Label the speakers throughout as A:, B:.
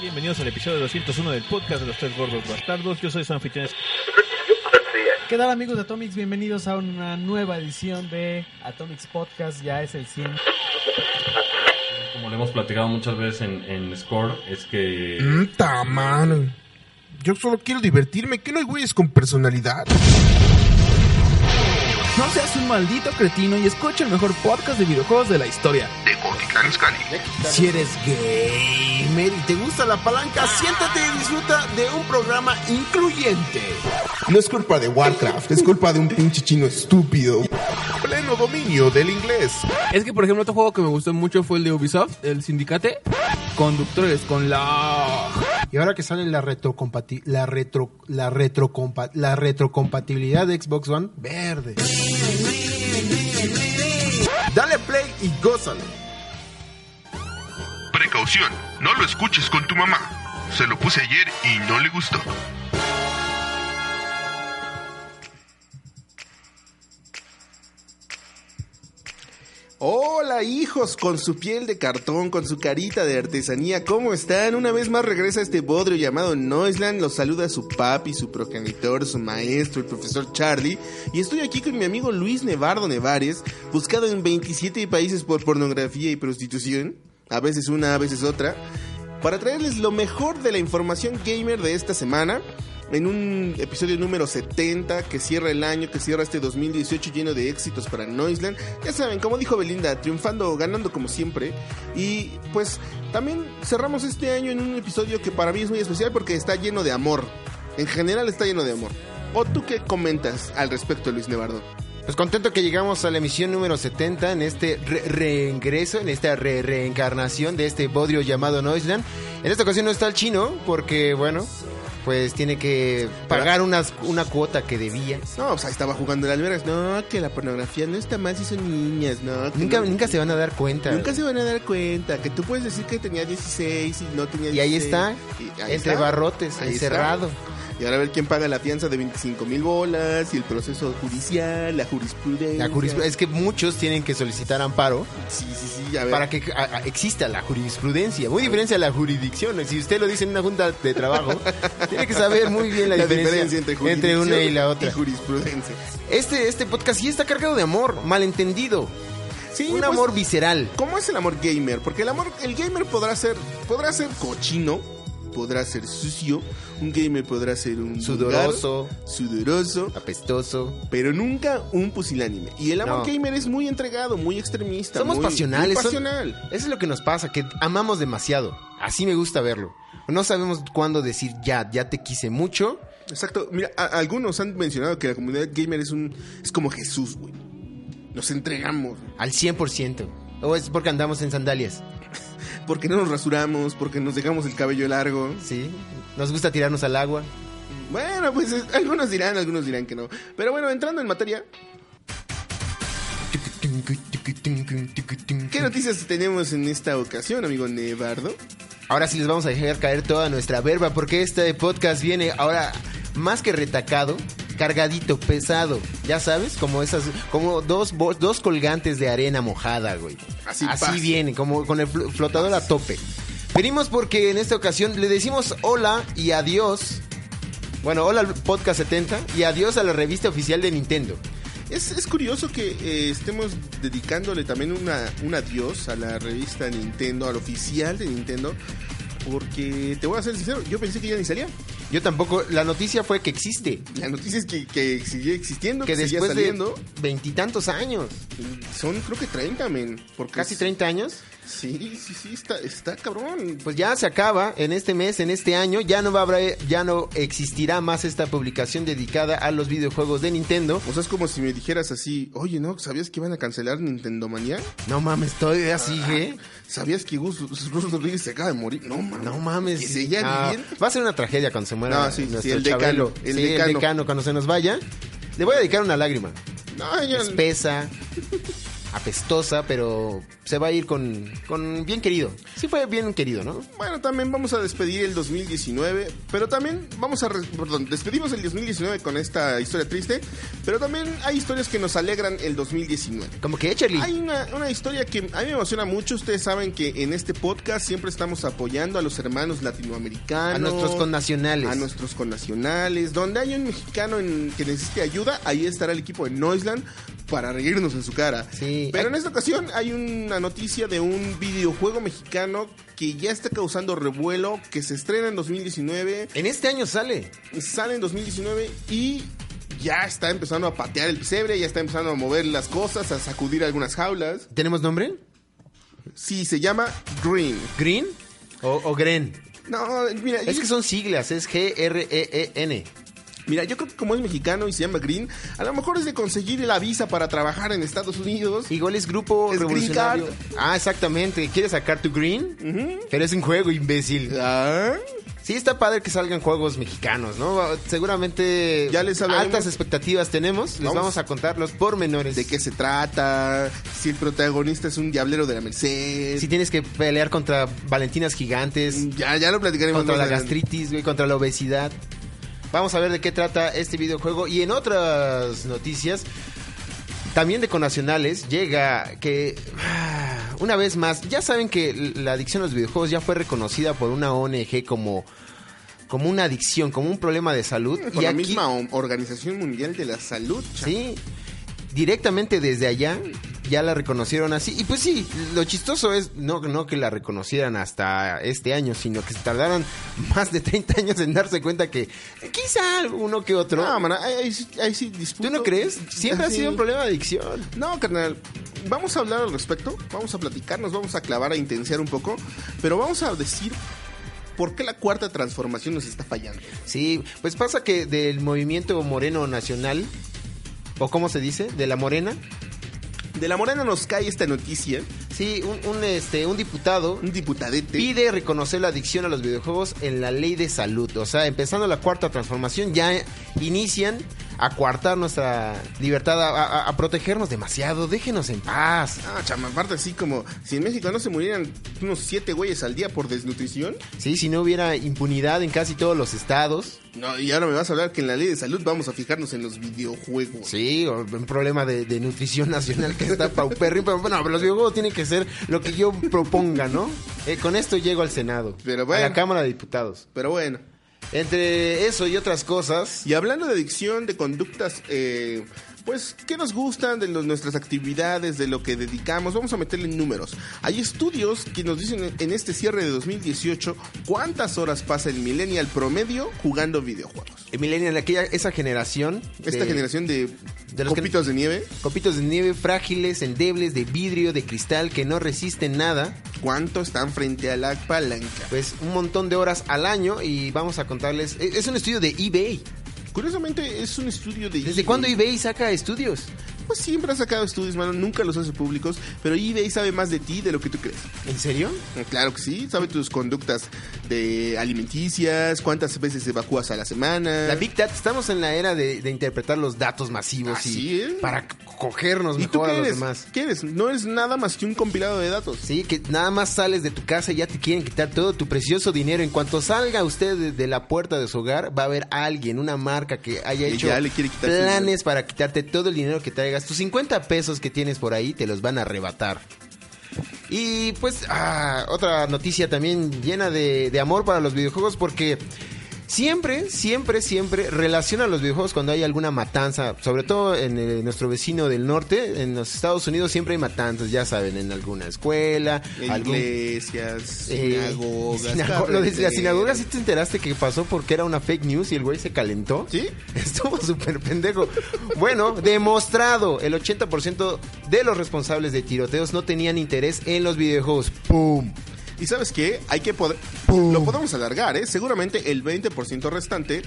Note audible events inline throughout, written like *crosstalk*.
A: Bienvenidos al episodio 201 del podcast de los tres gordos bastardos. Yo soy su anfitrión.
B: ¿Qué tal amigos de Atomics? Bienvenidos a una nueva edición de Atomics Podcast, ya es el 100.
C: Como lo hemos platicado muchas veces en, en Score, es que
D: Puta mano. Yo solo quiero divertirme. ¿Qué no hay güeyes con personalidad?
E: No seas un maldito cretino y escucha el mejor podcast de videojuegos de la historia.
F: Si eres gamer y te gusta la palanca, siéntate y disfruta de un programa incluyente.
D: No es culpa de Warcraft, es culpa de un pinche chino estúpido. Pleno dominio del inglés.
E: Es que, por ejemplo, otro juego que me gustó mucho fue el de Ubisoft, el Sindicate. Conductores con la...
F: Y ahora que sale la retrocompati la retro la retrocompa- la retrocompatibilidad de Xbox One verde. Dale play y gózalo.
D: Precaución, no lo escuches con tu mamá. Se lo puse ayer y no le gustó.
F: Hola hijos, con su piel de cartón, con su carita de artesanía, ¿cómo están? Una vez más regresa este bodrio llamado Noisland, los saluda su papi, su progenitor, su maestro, el profesor Charlie, y estoy aquí con mi amigo Luis Nevardo Nevares, buscado en 27 países por pornografía y prostitución, a veces una, a veces otra, para traerles lo mejor de la información gamer de esta semana. En un episodio número 70 que cierra el año, que cierra este 2018 lleno de éxitos para Noisland. Ya saben, como dijo Belinda, triunfando, ganando como siempre. Y pues también cerramos este año en un episodio que para mí es muy especial porque está lleno de amor. En general está lleno de amor. ¿O tú qué comentas al respecto, Luis Nevardo?
G: Pues contento que llegamos a la emisión número 70 en este re- reingreso, en esta re- reencarnación de este bodrio llamado Noisland. En esta ocasión no está el chino porque, bueno, pues tiene que pagar unas, una cuota que debía.
F: No, pues ahí estaba jugando el albergas. No, que la pornografía no está mal si son niñas, no. que
G: Nunca,
F: no-
G: nunca se van a dar cuenta.
F: Nunca se van a dar cuenta que tú puedes decir que tenía 16 y no tenía 16.
G: Y ahí está,
F: Y ahí
G: entre
F: está.
G: barrotes,
F: Ahí está.
G: encerrado.
F: Y ahora a ver quién paga la fianza de 25 mil bolas y el proceso judicial, la jurisprudencia.
G: La juris- es que muchos tienen que solicitar amparo
F: Sí, sí, sí, a ver.
G: para que a- a- exista la jurisprudencia. Muy diferencia a la jurisdicción. Si usted lo dice en una junta
F: *laughs*
G: de trabajo, tiene que saber muy bien la,
F: la, diferencia, entre,
G: entre una y
F: jurisdicción
G: la otra.
F: Y jurisprudencia.
G: Este, este podcast sí está cargado de amor, malentendido.
F: Sí,
G: un
F: pues,
G: amor visceral.
F: ¿Cómo es el amor gamer? Porque el amor, el gamer podrá ser, podrá ser cochino, podrá ser sucio, un gamer podrá ser un
G: Sudoroso,
F: vulgar, sudoroso,
G: apestoso.
F: pero nunca un pusilánime. Y el amor
G: No.
F: gamer es muy entregado, muy extremista.
G: Somos
F: muy-
G: pasionales,
F: muy
G: son-
F: pasional.
G: Eso es lo que nos pasa, que amamos demasiado. Así me gusta verlo. No sabemos cuándo decir ya, ya te quise mucho.
F: Exacto. Mira, a- algunos han mencionado que la comunidad gamer es un es como Jesús, güey. Nos entregamos, güey.
G: Al 100%. O es porque andamos en sandalias,
F: porque no nos rasuramos, porque nos dejamos el cabello largo.
G: ¿sí? Nos gusta tirarnos al agua.
F: Bueno, pues es- algunos dirán, algunos dirán que no. Pero bueno, entrando en materia, ¿qué noticias tenemos en esta ocasión, amigo Nevardo?
G: Ahora sí les vamos a dejar caer toda nuestra verba porque este podcast viene ahora más que retacado, cargadito, pesado. Ya sabes, como esas, como dos, bo- dos colgantes de arena mojada, güey.
F: Así
G: Así,
F: pasa.
G: viene, como con el fl- flotador a tope. Venimos porque en esta ocasión le decimos hola y adiós. Bueno, hola al podcast 70 y adiós a la revista oficial de Nintendo.
F: Es, es curioso que eh, estemos dedicándole también una, un adiós a la revista Nintendo, al oficial de Nintendo, porque te voy a ser sincero, yo pensé que ya ni salía.
G: Yo tampoco, la noticia fue que existe.
F: La noticia es que, que sigue existiendo, que,
G: Que
F: sigue
G: después de
F: saliendo.
G: veintitantos años,
F: Son creo que 30, men. Porque
G: casi
F: es-
G: 30 años,
F: Sí, sí, sí, está, está cabrón.
G: Pues ya se acaba en este mes, en este año, ya no va a habrá- ya no existirá más esta publicación dedicada a los videojuegos de Nintendo.
F: O sea, es como si me dijeras así, oye, ¿no? ¿Sabías que iban a cancelar Nintendo Manía? Ah,
G: No mames, todavía sigue.
F: ¿Sabías que Gus, Gus Rodríguez se acaba de morir? No, mames.
G: No mames. Ah.
F: Que seguía
G: No,
F: viviendo.
G: Va a ser una tragedia cuando se muera
F: No, sí, sí,
G: nuestro
F: el decano,
G: Chabelo. Sí,
F: el
G: El
F: decano.
G: decano, cuando se nos vaya. Le voy a dedicar una lágrima.
F: No, yo-
G: Espesa, apestosa, pero se va a ir con, con bien querido. Sí fue bien querido, ¿no?
F: Bueno, también vamos a despedir el 2019, pero también vamos a... re- Perdón, despedimos el 2019 con esta historia triste, pero también hay historias que nos alegran el 2019.
G: Como que, Charlie.
F: Hay una, una historia que a mí me emociona mucho. Ustedes saben que en este podcast siempre estamos apoyando a los hermanos latinoamericanos.
G: A nuestros connacionales.
F: A nuestros connacionales. Donde hay un mexicano en- que necesite ayuda, ahí estará el equipo de Noisland para reírnos en su cara.
G: Sí.
F: Pero
G: Ay.
F: en esta ocasión hay una noticia de un videojuego mexicano que ya está causando revuelo, que se estrena en 2019,
G: En este año sale.
F: sale en 2019 y... Ya está empezando a patear el pesebre, ya está empezando a mover las cosas, a sacudir algunas jaulas.
G: ¿Tenemos nombre?
F: Sí, se llama Green.
G: ¿Green? ¿O, o Gren?
F: No, mira,
G: Es
F: yo,
G: que son siglas, es E G-R-E-E-N.
F: mira, yo creo que como es mexicano y se llama Green, a lo mejor es de conseguir la visa para trabajar en Estados Unidos.
G: Igual es grupo
F: Es Green
G: revolucionario.
F: Card.
G: Ah, exactamente. ¿Quieres sacar tu green? Pero es un juego, imbécil.
F: Ah,
G: Sí, está padre que salgan juegos mexicanos, ¿no? Seguramente
F: Ya les hablaremos.
G: altas expectativas tenemos. Les
F: Vamos.
G: vamos, a contar los pormenores.
F: ¿De qué se trata? Si el protagonista es un diablero de la Merced.
G: Si tienes que pelear contra Valentinas gigantes,
F: ya, ya lo platicaremos.
G: contra
F: más
G: la
F: adelante.
G: gastritis, güey, contra la obesidad. Vamos a ver de qué trata este videojuego. Y en otras noticias, también de conacionales, llega que. *sighs* Una vez más, ya saben que la adicción a los videojuegos ya fue reconocida por una ONG como. Como una adicción, como un problema de salud.
F: Por
G: y
F: la
G: aquí,
F: misma O- Organización Mundial de la Salud. cha-
G: Sí. Directamente desde allá ya la reconocieron así. Y pues sí, lo chistoso es no, no que la reconocieran hasta este año, sino que se tardaron más de 30 años en darse cuenta que quizá uno que otro.
F: No, mana, ahí, ahí sí- ahí sí disputo.
G: ¿Tú no crees? Siempre ha
F: Sí.
G: sido un problema de adicción.
F: No, carnal. Vamos a hablar al respecto, vamos a platicar, nos vamos a clavar, a intensiar un poco, pero vamos a decir por qué la cuarta transformación nos está fallando.
G: Sí, pues pasa que del movimiento moreno nacional, o cómo se dice, de la morena,
F: De la morena nos cae esta noticia,
G: sí, un, un, este, un diputado
F: un diputadete.
G: pide reconocer la adicción a los videojuegos en la ley de salud. O sea, empezando la cuarta transformación, ya inician a coartar nuestra libertad, a, a- a protegernos demasiado. Déjenos en paz.
F: Ah, chama, aparte así como si en México no se murieran unos siete güeyes al día por desnutrición.
G: Sí, si no hubiera impunidad en casi todos los estados.
F: No, y ahora me vas a hablar que en la ley de salud vamos a fijarnos en los videojuegos.
G: Sí, o un problema de, de nutrición *laughs* nacional que está paupérrimo. Pero bueno, los videojuegos tienen que ser lo que yo proponga, ¿no? Eh, con esto llego al Senado,
F: Pero
G: a
F: bueno.
G: la Cámara de Diputados.
F: Pero bueno.
G: Entre eso y otras cosas,
F: Y hablando de adicción, de conductas, eh, pues, ¿qué nos gustan de los- nuestras actividades, de lo que dedicamos? Vamos a meterle números. Hay estudios que nos dicen en este cierre de 2018 cuántas horas pasa el millennial promedio jugando videojuegos.
G: Emilenia, en aquella, esa generación...
F: Esta
G: de-
F: generación de,
G: de los que-
F: copitos de nieve,
G: Copitos de nieve frágiles, endebles, de vidrio, de cristal, que no resisten nada.
F: ¿cuánto están frente a la palanca?
G: Pues un montón de horas al año y vamos a contarles. e- Es un estudio de eBay.
F: Curiosamente, es un estudio de...
G: ¿Desde
F: eBay.
G: cuándo eBay saca estudios?
F: Pues siempre ha sacado estudios, mano, nunca los hace públicos, pero eBay sabe más de ti de lo que tú crees. Eh,
G: ¿En serio?
F: Claro que sí, sabe tus conductas de alimenticias, cuántas veces evacúas a la semana.
G: La Big Data, estamos en la era de, de interpretar los datos masivos
F: Así
G: y
F: es.
G: para c- cogernos
F: ¿Y tú
G: mejor
F: qué
G: a los
F: eres?
G: demás.
F: ¿Qué eres? No es nada más que un compilado de datos.
G: Sí, que nada más sales de tu casa y ya te quieren quitar todo tu precioso dinero. En cuanto salga usted de, de la puerta de su hogar, va a haber alguien, una marca que haya
F: Y
G: hecho
F: ya le quiere quitar su
G: planes
F: dinero.
G: para quitarte todo el dinero que traigas. Tus 50 pesos que tienes por ahí te los van a arrebatar. Y pues, ah, otra noticia también llena de, de amor para los videojuegos porque Siempre, siempre, siempre relaciona los videojuegos cuando hay alguna matanza, sobre todo en eh, nuestro vecino del norte, en los Estados Unidos siempre hay matanzas, ya saben, en alguna escuela,
F: En
G: algún-
F: Iglesias,
G: eh,
F: sinagogas.
G: sinago- lo de la
F: carreteras.
G: sinagoga sí te enteraste que pasó porque era una fake news y el güey se calentó.
F: ¿Sí?
G: *laughs* Estuvo súper pendejo. Bueno, demostrado, el 80% de los responsables de tiroteos no tenían interés en los videojuegos. ¡Pum!
F: ¿Y sabes qué? Hay que poder... Lo podemos alargar, ¿eh? Seguramente el 20% restante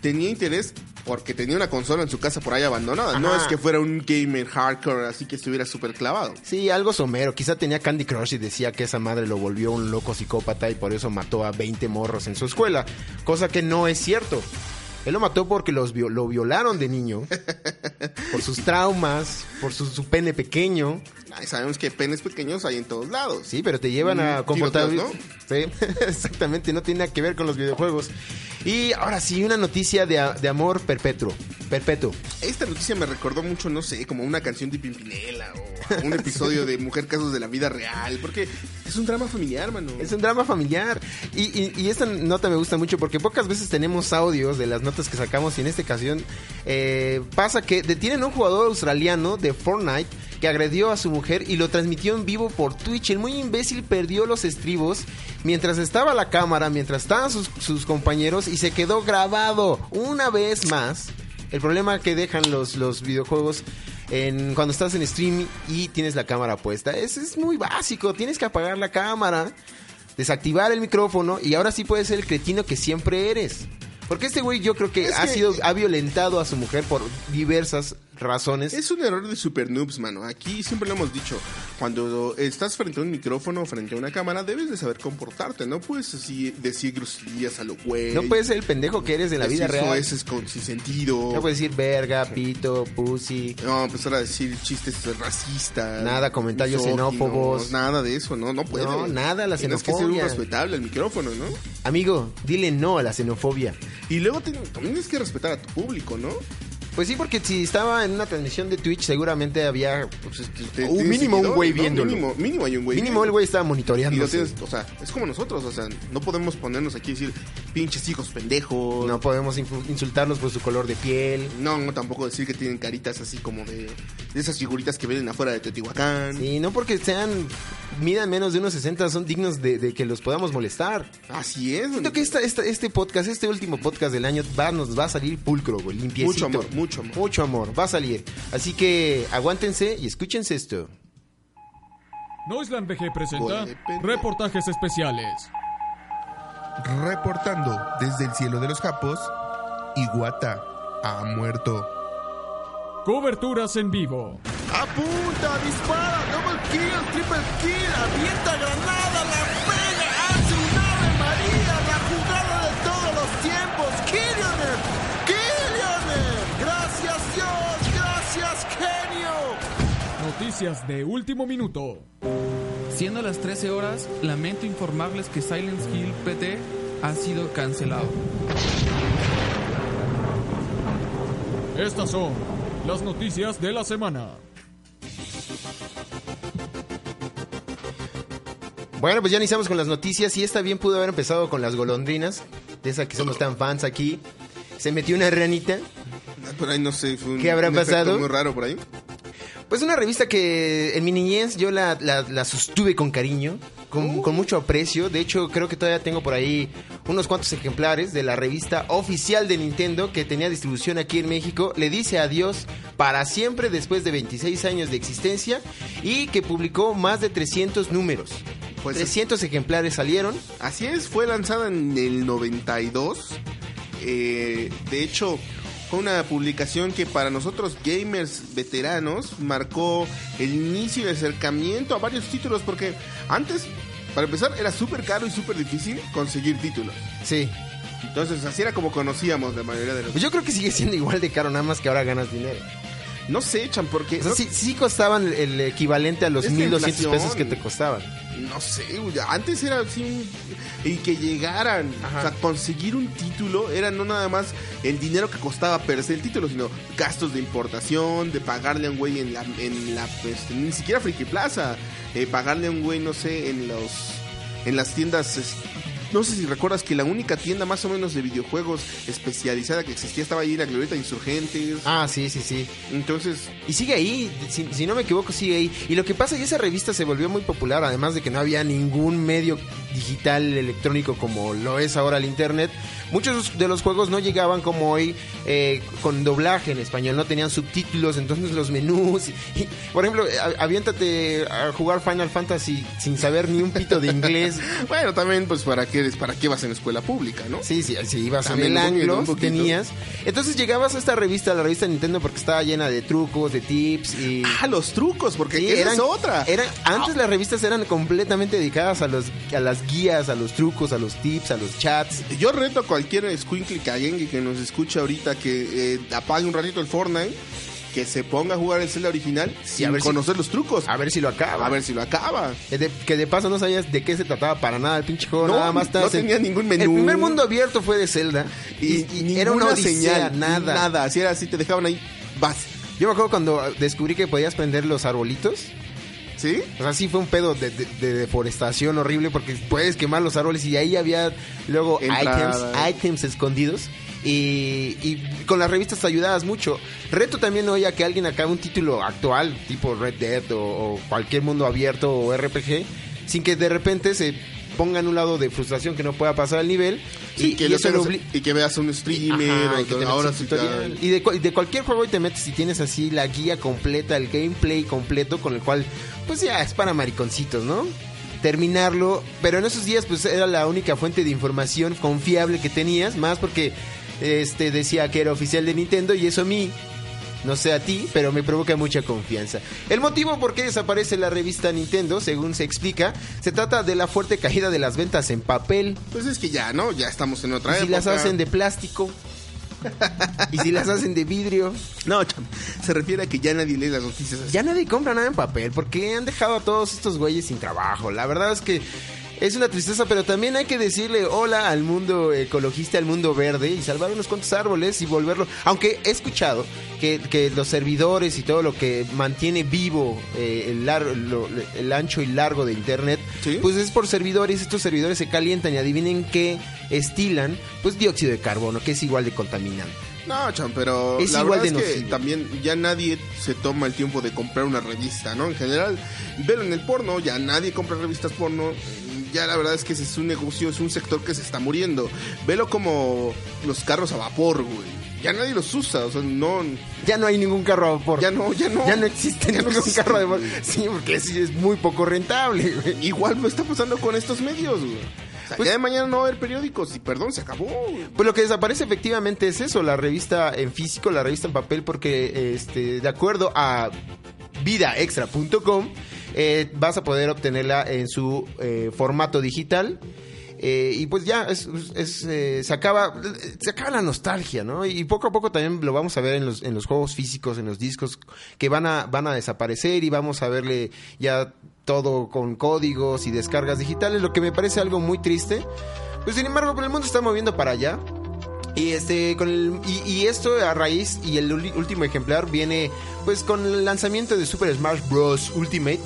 F: tenía interés porque tenía una consola en su casa por ahí abandonada. No
G: Ajá.
F: es que fuera un gamer hardcore, así que estuviera súper clavado.
G: Sí, algo somero. Quizá tenía Candy Crush y decía que esa madre lo volvió un loco psicópata y por eso mató a 20 morros en su escuela. Cosa que no es cierto. Él lo mató porque los vio- lo violaron
F: *laughs*
G: de niño. por sus traumas, por su, su pene pequeño.
F: Ay, sabemos que penes pequeños hay en todos lados.
G: Sí, pero te llevan a
F: Mm,
G: comportar.
F: tiroteos,
G: Sí, *laughs* exactamente, no tiene nada que ver con los videojuegos. Y ahora sí, una noticia de, a- de amor perpetuo. Perpetuo.
F: Esta noticia me recordó mucho, no sé, como una canción de Pimpinela o a un episodio de Mujer Casos de la Vida Real, porque es un drama familiar, mano.
G: Es un drama familiar. Y, y- y esta nota me gusta mucho porque pocas veces tenemos audios de las notas que sacamos y en esta ocasión eh, pasa que detienen a un jugador australiano de Fortnite que agredió a su mujer y lo transmitió en vivo por Twitch. El muy imbécil perdió los estribos mientras estaba la cámara, mientras estaban sus, sus compañeros y se quedó grabado una vez más. El problema que dejan los, los videojuegos en, cuando estás en stream y tienes la cámara puesta es, es muy básico. Tienes que apagar la cámara desactivar el micrófono y ahora sí puedes ser el cretino que siempre eres. Porque este güey yo creo que
F: Es
G: ha
F: que-
G: sido ha violentado a su mujer por diversas razones.
F: Es un error de super noobs, mano. Aquí siempre lo hemos dicho. Cuando estás frente a un micrófono o frente a una cámara, debes de saber comportarte. No puedes así decir groserías a lo güey.
G: no puedes ser el pendejo que eres en la vida real.
F: Eso es con, sin sentido.
G: No puedes decir verga, pito, pussy.
F: No, empezar a decir chistes racistas.
G: Nada, comentarios
F: misóginos,
G: xenófobos.
F: Nada de eso, no, no puede.
G: No, nada, la
F: Tienes que ser un
G: xenofobia.
F: respetable el micrófono, ¿no?
G: Amigo, dile no a la xenofobia.
F: Y luego te- también tienes que respetar a tu público, ¿no?
G: Pues sí, porque si estaba en una transmisión de Twitch seguramente había
F: Pues, este, te-
G: Un
F: tienes
G: Uh, mínimo un
F: seguidores,
G: güey
F: ¿no?
G: viéndolo.
F: Mínimo, mínimo hay un güey.
G: mínimo el güey estaba monitoreando.
F: Y lo tienes, o sea, es como nosotros, o sea, no podemos ponernos aquí y decir pinches hijos pendejos.
G: No podemos infu- insultarlos por su color de piel.
F: No, no, tampoco decir que tienen caritas así como de, de esas figuritas que vienen afuera de Teotihuacán.
G: Y no porque sean, midan menos de unos 60, son dignos de, de que los podamos molestar.
F: Así es.
G: Siento que esta- esta- este podcast, este último podcast del año, va, nos va a salir pulcro, güey, limpiecito.
F: Mucho amor, mucho amor.
G: Mucho amor, va a salir. Así que aguántense y escúchense esto.
H: Noisland VG
F: Bola
H: presenta
F: de pendejo.
H: reportajes especiales.
D: Reportando desde el cielo de los Japos, Iguata ha muerto.
H: Coberturas en vivo.
D: Apunta, dispara, double kill, triple kill, avienta granada, la pega, hace un ave María, la jugada de todos los tiempos, Kylianer, Kylianer, gracias Dios, gracias genio.
H: Noticias de último minuto.
E: Siendo las 13 horas, lamento informarles que Silent Hill PT ha sido cancelado.
H: Estas son las noticias de la semana.
G: Bueno, pues ya iniciamos con las noticias y esta bien pudo haber empezado con las golondrinas, de esas que somos tan fans aquí. Se metió una ranita.
F: Por Ah, ahí no sé, fue un,
G: ¿Qué habrá
F: un efecto
G: pasado?
F: muy raro por ahí.
G: Pues una revista que en mi niñez yo la, la- la sostuve con cariño, con,
F: Uh.
G: con mucho aprecio. De hecho, creo que todavía tengo por ahí unos cuantos ejemplares de la revista oficial de Nintendo que tenía distribución aquí en México. Le dice adiós para siempre después de 26 años de existencia y que publicó más de 300 números.
F: Pues-
G: 300 ejemplares salieron.
F: Así es, fue lanzada en el 92. Eh, de hecho, fue una publicación que para nosotros gamers veteranos marcó el inicio y el acercamiento a varios títulos porque antes, para empezar, era súper caro y súper difícil conseguir títulos.
G: Sí.
F: Entonces, así era como conocíamos la mayoría de los...
G: Pues yo creo que sigue siendo igual de caro, nada más que ahora ganas dinero.
F: No se echan porque...
G: O sea,
F: no-
G: sí, sí costaban el- el equivalente a los
F: Es la
G: 1.200 pesos que
F: inflación.
G: te costaban.
F: No sé, güey, antes era así un- y que llegaran. O sea, conseguir un título era no nada más el dinero que costaba per se el título, sino gastos de importación, de pagarle a un güey en la, en la pues, ni siquiera Friki Plaza, eh, pagarle a un güey, no sé, en los en las tiendas es- No sé si recuerdas que la única tienda más o menos de videojuegos especializada que existía estaba ahí en la Glorieta de Insurgentes.
G: Ah, sí, sí, sí.
F: Entonces,
G: Y sigue ahí, si, si no me equivoco, sigue ahí. Y lo que pasa es que esa revista se volvió muy popular, además de que no había ningún medio digital electrónico como lo es ahora el Internet. Muchos de los juegos no llegaban como hoy eh, con doblaje en español, no tenían subtítulos, entonces los menús... y- por ejemplo, eh, a- aviéntate a jugar Final Fantasy sin saber ni un pito de inglés.
F: *laughs* bueno, también pues para qué eres, para qué vas en la escuela pública, ¿no?
G: Sí, sí, sí, ibas a
F: También un poquito,
G: Melanglos,
F: un poquito.
G: tenías. Entonces llegabas a esta revista, la revista Nintendo, porque estaba llena de trucos, de tips y...
F: Ah, los trucos, porque
G: Sí,
F: esa
G: eran-
F: es otra. Ah.
G: eran- antes las revistas eran completamente dedicadas a los a las guías, a los trucos, a los tips, a los chats.
F: Yo reto a cualquier escuincle cayengue que nos escucha ahorita que eh, apague un ratito el Fortnite, que se ponga a jugar el Zelda original
G: a
F: sin
G: ver si-
F: conocer los trucos.
G: A ver si lo acaba.
F: A ver si lo acaba.
G: Que de, que de paso no sabías de qué se trataba para nada el pinche juego.
F: No,
G: nada más
F: no
G: estabas en-
F: tenía ningún menú.
G: El primer mundo abierto fue de Zelda. Y, y era una
F: ninguna
G: odisea, nada.
F: Nada, si era así, te dejaban ahí, vas.
G: Yo me acuerdo cuando descubrí que podías prender los arbolitos.
F: ¿Sí?
G: O sea, sí fue un pedo de, de- de deforestación horrible porque puedes quemar los árboles y ahí había luego
F: Entradas.
G: items, items escondidos. Y, y con las revistas te ayudabas mucho. Reto también hoy a que alguien acabe un título actual, tipo Red Dead o, o cualquier mundo abierto o RPG, sin que de repente se ponga en un lado de frustración que no pueda pasar el nivel.
F: Sí,
G: y,
F: que
G: y
F: lo
G: eso lo
F: tengas-
G: obli-
F: y que veas un streamer,
G: Ajá,
F: o
G: que te
F: que
G: metes
F: ahora
G: al
F: sí
G: tutorial.
F: te-
G: Y de, cu- de cualquier juego y te metes y tienes así la guía completa, el gameplay completo, con el cual, pues ya es para mariconcitos, ¿no? Terminarlo, pero en esos días, pues era la única fuente de información confiable que tenías, más porque este decía que era oficial de Nintendo y eso a mí. No sé a ti, pero me provoca mucha confianza. El motivo por qué desaparece la revista Nintendo, según se explica, se trata de la fuerte caída de las ventas en papel.
F: Pues es que ya, ¿no? Ya estamos en otra
G: Y si
F: época.
G: las hacen de plástico. y si las hacen de vidrio.
F: No, cham, se refiere a que ya nadie lee las noticias así.
G: Ya nadie compra nada en papel. Porque han dejado a todos estos güeyes sin trabajo. La verdad es que es una tristeza. Pero también hay que decirle hola al mundo ecologista, al mundo verde. Y salvar unos cuantos árboles y volverlo. Aunque he escuchado que, que los servidores y todo lo que mantiene vivo eh, el, lar- lo- el ancho y largo de Internet.
F: Sí.
G: Pues es por servidores. Estos servidores se calientan y adivinen qué estilan. Pues dióxido de carbono, que es igual de contaminante.
F: No, cham, pero
G: Es
F: la
G: igual
F: verdad
G: de
F: es que
G: nocivo.
F: también ya nadie se toma el tiempo de comprar una revista, ¿no? En general, velo en el porno, ya nadie compra revistas porno. Ya la verdad es que ese es un negocio, es un sector que se está muriendo. Velo como los carros a vapor, güey. Ya nadie los usa, o sea, no, *laughs*
G: Ya no hay ningún carro a vapor.
F: ya no, ya no.
G: Ya no existe
F: Ya no
G: ningún
F: existe,
G: carro de
F: güey.
G: Sí, porque sí es muy poco rentable, güey.
F: Igual me está pasando con estos medios, güey. O sea,
G: Pues-
F: ya de mañana no va a haber periódicos y perdón, se acabó. güey.
G: Pues lo que desaparece efectivamente es eso, la revista en físico, la revista en papel, porque este, de acuerdo a vidaextra.com eh, vas a poder obtenerla en su eh, formato digital. Eh, y pues ya es, es, eh, se acaba se acaba la nostalgia, ¿no? Y poco a poco también lo vamos a ver en los, en los juegos físicos, en los discos que van a van a desaparecer y vamos a verle ya todo con códigos y descargas digitales, lo que me parece algo muy triste. Pues sin embargo, pero el mundo está moviendo para allá. Y este con el- y, y esto a raíz y el uli- último ejemplar viene pues con el lanzamiento de Super Smash Bros Ultimate.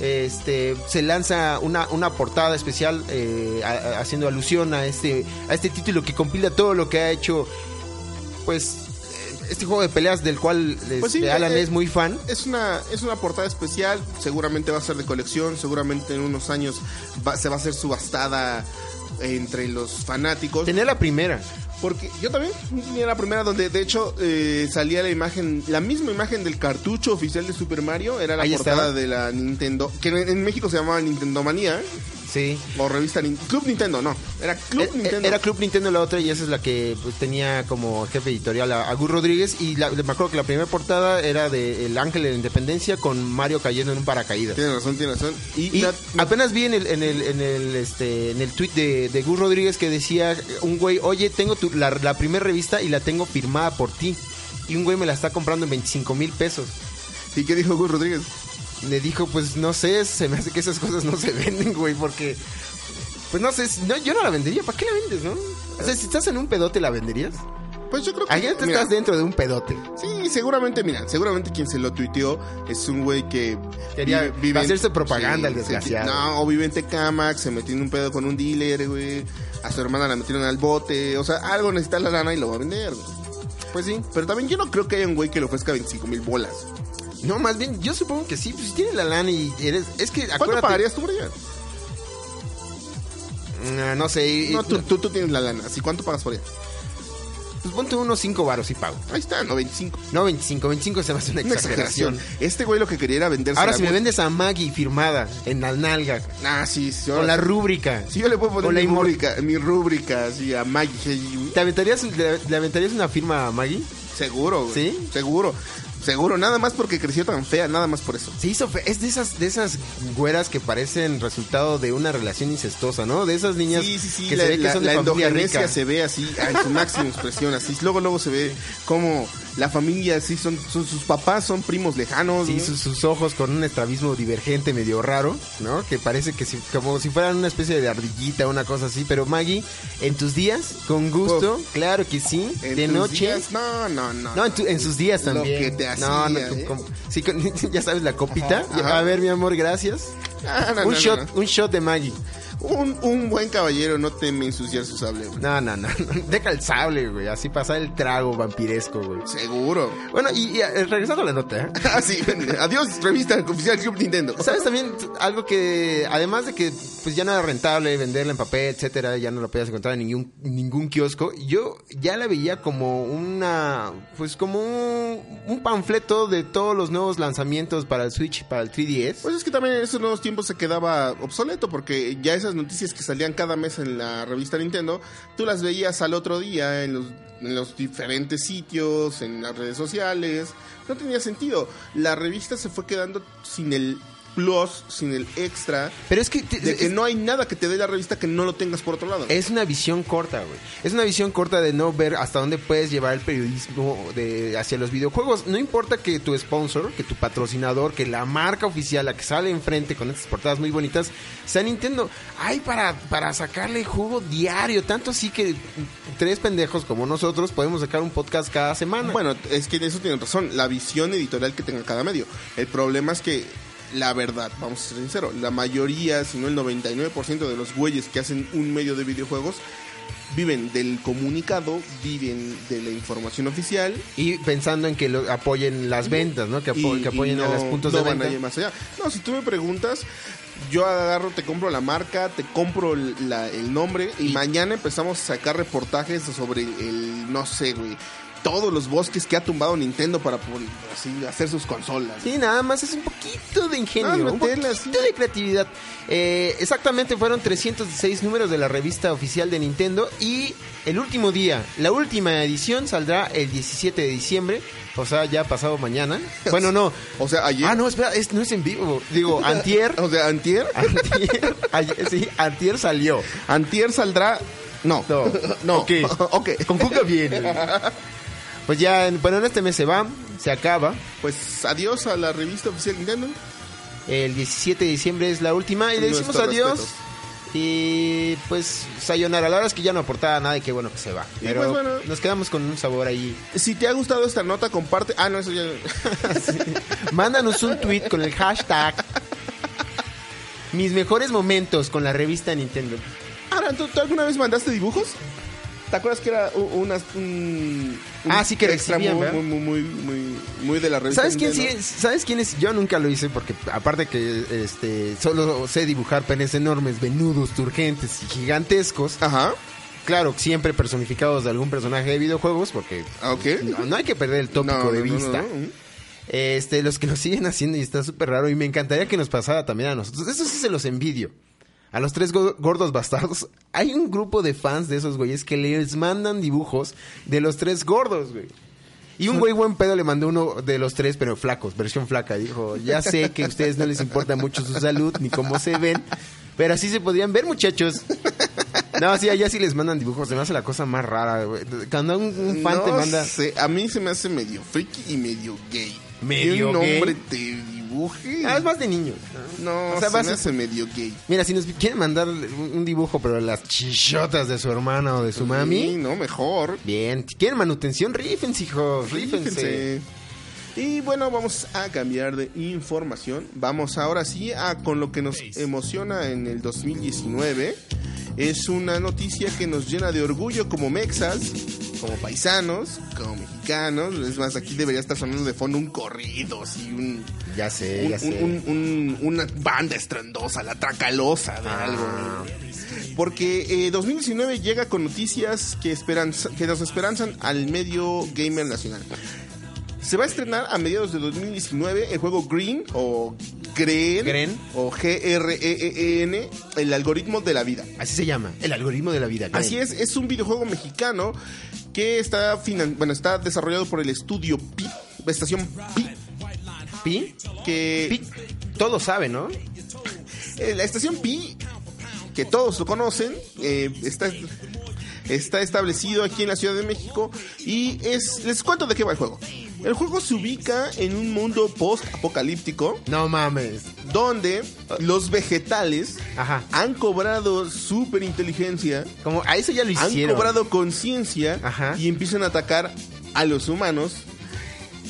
G: Este se lanza una, una portada especial eh, a- a- haciendo alusión a este a este título que compila todo lo que ha hecho pues eh, este juego de peleas del cual este,
F: sí,
G: Alan
F: eh,
G: es muy fan.
F: Es una, es una portada especial, seguramente va a ser de colección, seguramente en unos años va- se va a ser subastada entre los fanáticos.
G: Tenía la primera.
F: Porque yo también tenía la primera donde de hecho eh, salía la imagen, la misma imagen del cartucho oficial de Super Mario, era la
G: Ahí
F: portada
G: estaba.
F: de la Nintendo, que en, en México se llamaba Nintendo Manía, ¿eh?
G: Sí.
F: o revista Nin- Club Nintendo, no, era Club
G: Eh, eh,
F: Nintendo.
G: Era Club Nintendo la otra y esa es la que pues, tenía como jefe editorial a, a Gus Rodríguez y la- me acuerdo que la primera portada era de El Ángel de la Independencia con Mario cayendo en un paracaídas.
F: Tienes razón, tienes razón. Y,
G: Y
F: la-
G: apenas vi en el, en el, en el, este, en el tweet de, de Gus Rodríguez que decía eh, un güey, oye, tengo tu- la, la primera revista y la tengo firmada por ti. Y un güey me la está comprando en 25 mil pesos.
F: ¿Y qué dijo Gus Rodríguez?
G: Le dijo, pues no sé, se me hace que esas cosas no se venden, güey, porque... Pues no sé, si- no, yo no la vendería, ¿para qué la vendes, no? O sea, si estás en un pedote, ¿la venderías?
F: Pues yo creo que.
G: Allá te
F: mira,
G: estás dentro de un pedote.
F: Sí, seguramente, mira, seguramente quien se lo tuiteó es un güey que.
G: Quería
F: vi-
G: hacerse propaganda, el
F: se-
G: desgraciado.
F: no, o vive en Tecamac, se metió en un pedo con un dealer, güey. A su hermana la metieron al bote. O sea, algo necesita la lana y lo va a vender, güey.
G: Pues sí.
F: Pero también yo no creo que haya un güey que le ofrezca 25 mil bolas.
G: No, más bien, yo supongo que sí. Pues si tienes la lana y eres. Es que
F: ¿Cuánto
G: acuérdate.
F: pagarías tú por ella?
G: Ah, no sé. y-
F: No, tú, tú, tú tienes la lana. Así, eh, ¿cuánto pagas por ella?
G: Pues ponte unos 5 varos y pago.
F: Ahí está, no, 25.
G: No, 25. 25 se me hace una
F: Una exageración.
G: exageración.
F: Este güey lo que quería era venderse.
G: Ahora,
F: la
G: si me
F: gu-
G: vendes a Maggie firmada en la nalga,
F: Ah, sí, sí.
G: con la
F: ahora-
G: rúbrica,
F: Sí, yo le puedo poner
G: Con la
F: mi
G: inmor-
F: rúbrica, mi rúbrica, así, a Maggie Hey,
G: ¿te aventarías, le, le aventarías una firma a Maggie?
F: Seguro, güey.
G: ¿Sí?
F: Seguro. Seguro, nada más porque creció tan fea, nada más por eso.
G: Se hizo fe- es de esas de esas güeras que parecen resultado de una relación incestuosa, ¿no? De esas niñas que
F: la,
G: se ve que
F: la-
G: son de
F: la
G: familia
F: endogenesia
G: rica.
F: se ve así, en su máxima expresión, así. Luego, luego se ve como la familia, así, son, son- sus papás son primos lejanos.
G: Sí,
F: ¿no?
G: sus, sus ojos con un estrabismo divergente medio raro, ¿no? Que parece que si- como si fueran una especie de ardillita, una cosa así. Pero Maggie, en tus días, con gusto, claro que sí,
F: En
G: de
F: tus
G: noche.
F: días, no, no, no.
G: No, en, tu- en sus días también.
F: Lo que te hacía,
G: no, no, tú
F: ¿eh?
G: como- sí, con- *laughs* ya sabes la copita.
F: Ajá, ajá.
G: A ver, mi amor, gracias.
F: Ah, no,
G: un
F: no, no,
G: shot,
F: no.
G: un shot de Maggie.
F: Un, un buen caballero no teme ensuciar su sable, güey.
G: No, no, no, no. *laughs* Deja el sable, güey. Así pasa el trago vampiresco, güey.
F: Seguro. *laughs*
G: Bueno, y, y, eh, regresando a la nota, *laughs* ¿eh?
F: Ah, sí. Adiós, revista oficial Club Nintendo.
G: ¿Sabes también t- algo que, además de que pues ya no era rentable venderla en papel, etcétera, ya no la podías encontrar en ningún, ningún kiosco, yo ya la veía como una, pues como un, un panfleto de todos los nuevos lanzamientos para el Switch y para el 3DS.
F: Pues es que también en esos nuevos tiempos se quedaba obsoleto porque ya esas noticias que salían cada mes en la revista Nintendo, tú las veías al otro día en los, en los diferentes sitios, en las redes sociales. No tenía sentido. La revista se fue quedando sin el plus, sin el extra,
G: Pero es que, te-
F: de que
G: es-
F: no hay nada que te dé la revista que no lo tengas por otro lado.
G: Es una visión corta, güey. Es una visión corta de no ver hasta dónde puedes llevar el periodismo de, hacia los videojuegos. No importa que tu sponsor, que tu patrocinador, que la marca oficial, la que sale enfrente con estas portadas muy bonitas, sea Nintendo. Hay para, para sacarle jugo diario. Tanto así que tres pendejos como nosotros podemos sacar un podcast cada semana.
F: Bueno, es que en eso tienen razón, la visión editorial que tenga cada medio. El problema es que, la verdad, vamos a ser sinceros, la mayoría, si no el 99% de los güeyes que hacen un medio de videojuegos viven del comunicado, viven de la información oficial.
G: y pensando en que lo, apoyen las ventas, ¿no? Que, apo-
F: y-
G: que apoyen
F: y
G: a
F: no-
G: los puntos
F: no
G: de
F: van a
G: venta.
F: ir más allá. No, si tú me preguntas, yo agarro, te compro la marca, te compro el, la- el nombre y mañana empezamos a sacar reportajes sobre el, no sé, güey. Todos los bosques que ha tumbado Nintendo para pon- así, hacer sus consolas.
G: Sí, nada más es un poquito de ingenio,
F: Ah,
G: un
F: meterla,
G: poquito de creatividad. Eh, exactamente, fueron 306 números de la revista oficial de Nintendo y el último día, la última edición saldrá el 17 de diciembre, o sea, ya pasado *laughs* mañana. Bueno, no.
F: O sea, ayer.
G: Ah, no, espera, es- no es en vivo.
F: *laughs*
G: *laughs* Digo, antier. Ah.
F: O sea, Antier.
G: antier ayer- sí, antier salió.
F: Antier saldrá. No.
G: No,
F: *laughs* No.
G: ok.
F: Ok.
G: Con Cuca viene. Pues ya, en- bueno, en este mes se va, se acaba.
F: *laughs* Pues adiós a la revista oficial Nintendo.
G: El 17 de diciembre es la última y le decimos
F: Nuestros
G: adiós.
F: respetos.
G: Y pues sayonara, la verdad es que ya no aportaba nada y qué bueno que se va.
F: Y
G: Pero
F: pues, bueno.
G: nos quedamos con un sabor ahí.
F: Si te ha gustado esta nota, comparte. Ah, no, eso ya.
G: Mándanos un tweet con el hashtag Mis mejores momentos con la revista Nintendo.
F: Ahora, ¿tú, tú alguna vez mandaste dibujos? ¿Te acuerdas que era u- unas. Un, un
G: Ah, sí, que
F: extra muy,
G: recibían, ¿verdad?
F: muy, muy, muy, muy, muy de la revista.
G: ¿Sabes quién sí
F: Pues, Nintendo?
G: es? ¿Sabes quién es? Yo nunca lo hice porque aparte que este solo sé dibujar penes enormes, venudos, turgentes y gigantescos.
F: Ajá.
G: Claro, siempre personificados de algún personaje de videojuegos porque
F: Ah, Ok.
G: no, no hay que perder el tópico
F: No,
G: de
F: no, no,
G: vista.
F: no, no.
G: Este, los que lo *laughs* siguen haciendo y está súper raro. Y me encantaría que nos pasara también a nosotros. Eso sí se los envidio. A los tres go- gordos bastardos. *laughs* Hay un grupo de fans de esos güeyes que les mandan dibujos de los tres gordos, güey. Y un güey buen pedo le mandó uno de los tres, pero flacos, versión flaca. Dijo, ya sé que a ustedes no les importa mucho su salud ni cómo se ven, pero así se podrían ver, muchachos. No, sí, allá sí les mandan dibujos. Se me hace la cosa más rara, güey. Cuando un, un fan te
F: No
G: manda...
F: sé, a mí se me hace medio freaky y medio gay.
G: Medio
F: Que un
G: gay.
F: hombre te dibuje.
G: Ah, es más de niños.
F: No,
G: O sea,
F: se
G: vas
F: me
G: a-
F: hace medio gay.
G: Mira, si nos quieren mandar un un dibujo, pero las chichotas de su hermana o de su
F: Sí,
G: mami.
F: no, mejor.
G: Bien, si quieren manutención, rífense, hijos, rífense.
F: Fíjense. Y bueno, vamos a cambiar de información. Vamos ahora sí a con lo que nos emociona en el 2019. Es una noticia que nos llena de orgullo como mexas, como paisanos, como mexicanos. Es más, aquí debería estar sonando de fondo un corrido, así un,
G: Ya sé,
F: un-
G: ya sé.
F: un- un- un- una banda estrendosa, la tracalosa de algo. Porque eh, 2019 llega con noticias que, esperanza- que nos esperanzan al medio gamer nacional. Se va a estrenar a mediados de 2019 el juego Green o Green,
G: Green.
F: o E G-R-E-E-N, el algoritmo de la vida.
G: Así se llama, el algoritmo de la vida. Karen.
F: Así es, es un videojuego mexicano que está, finan- bueno, está desarrollado por el estudio Pi, Estación Pi,
G: Pi,
F: que
G: pi, todos saben, ¿no?
F: Eh, La estación Pi, que todos lo conocen, eh, está, está establecido aquí en la Ciudad de México y es... Les cuento de qué va el juego. El juego se ubica en un mundo post-apocalíptico
G: No mames.
F: donde los vegetales
G: Ajá.
F: han cobrado superinteligencia,
G: Como a eso ya lo
F: han
G: hicieron.
F: cobrado conciencia
G: Ajá.
F: y empiezan a atacar a los humanos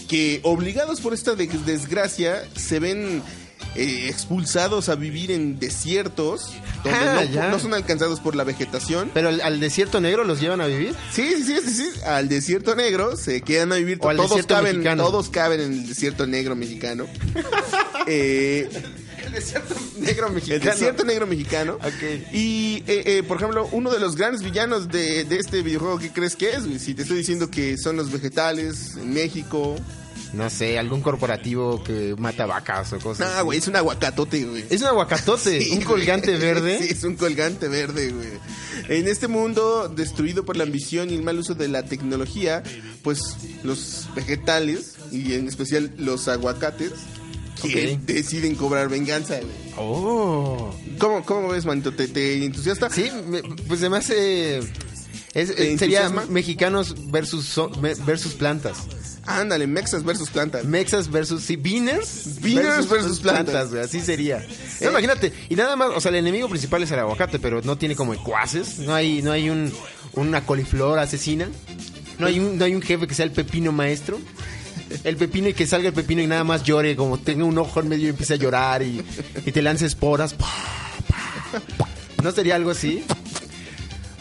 F: que obligados por esta de- desgracia se ven eh, expulsados a vivir en desiertos donde
G: Ah,
F: no,
G: ya.
F: no son alcanzados por la vegetación.
G: Pero al, al desierto negro los llevan a vivir.
F: Sí, sí, sí, sí, sí, al desierto negro se quedan a vivir.
G: O al
F: todos
G: desierto
F: caben,
G: mexicano.
F: todos caben en el desierto negro mexicano. *laughs* Eh,
G: *laughs* Negro
F: el desierto negro mexicano.
G: Ok.
F: Y, eh, eh, por ejemplo, uno de los grandes villanos de, de este videojuego, ¿qué crees que es? güey? Si te estoy diciendo que son los vegetales en México.
G: No sé, algún corporativo que mata vacas o cosas.
F: Nah,
G: así.
F: güey, es un aguacatote, güey.
G: Es un *laughs* aguacatote,
F: Sí,
G: un colgante
F: güey.
G: verde.
F: *laughs* Sí, es un colgante verde, güey. En este mundo destruido por la ambición y el mal uso de la tecnología, pues los vegetales y en especial los aguacates que
G: Ok.
F: deciden cobrar venganza. güey.
G: Oh.
F: ¿Cómo, cómo ves, manito? ¿Te, te entusiasta?
G: Sí, me- pues además eh, es,
F: ¿Te
G: eh, sería
F: entusiasma?
G: mexicanos versus so- me- versus plantas.
F: Ándale, mexas versus plantas.
G: Mexas versus sí, beaners,
F: Beaners versus plantas.
G: güey, así sería. No, imagínate, y nada más, o sea, el enemigo principal es el aguacate, pero no tiene como cuaces, no hay no hay un una coliflor asesina. No hay un no hay un jefe que sea el pepino maestro. El pepino y que salga el pepino y nada más llore, como tenga un ojo en medio y empiece a llorar y, y te lance esporas. ¿No sería algo así?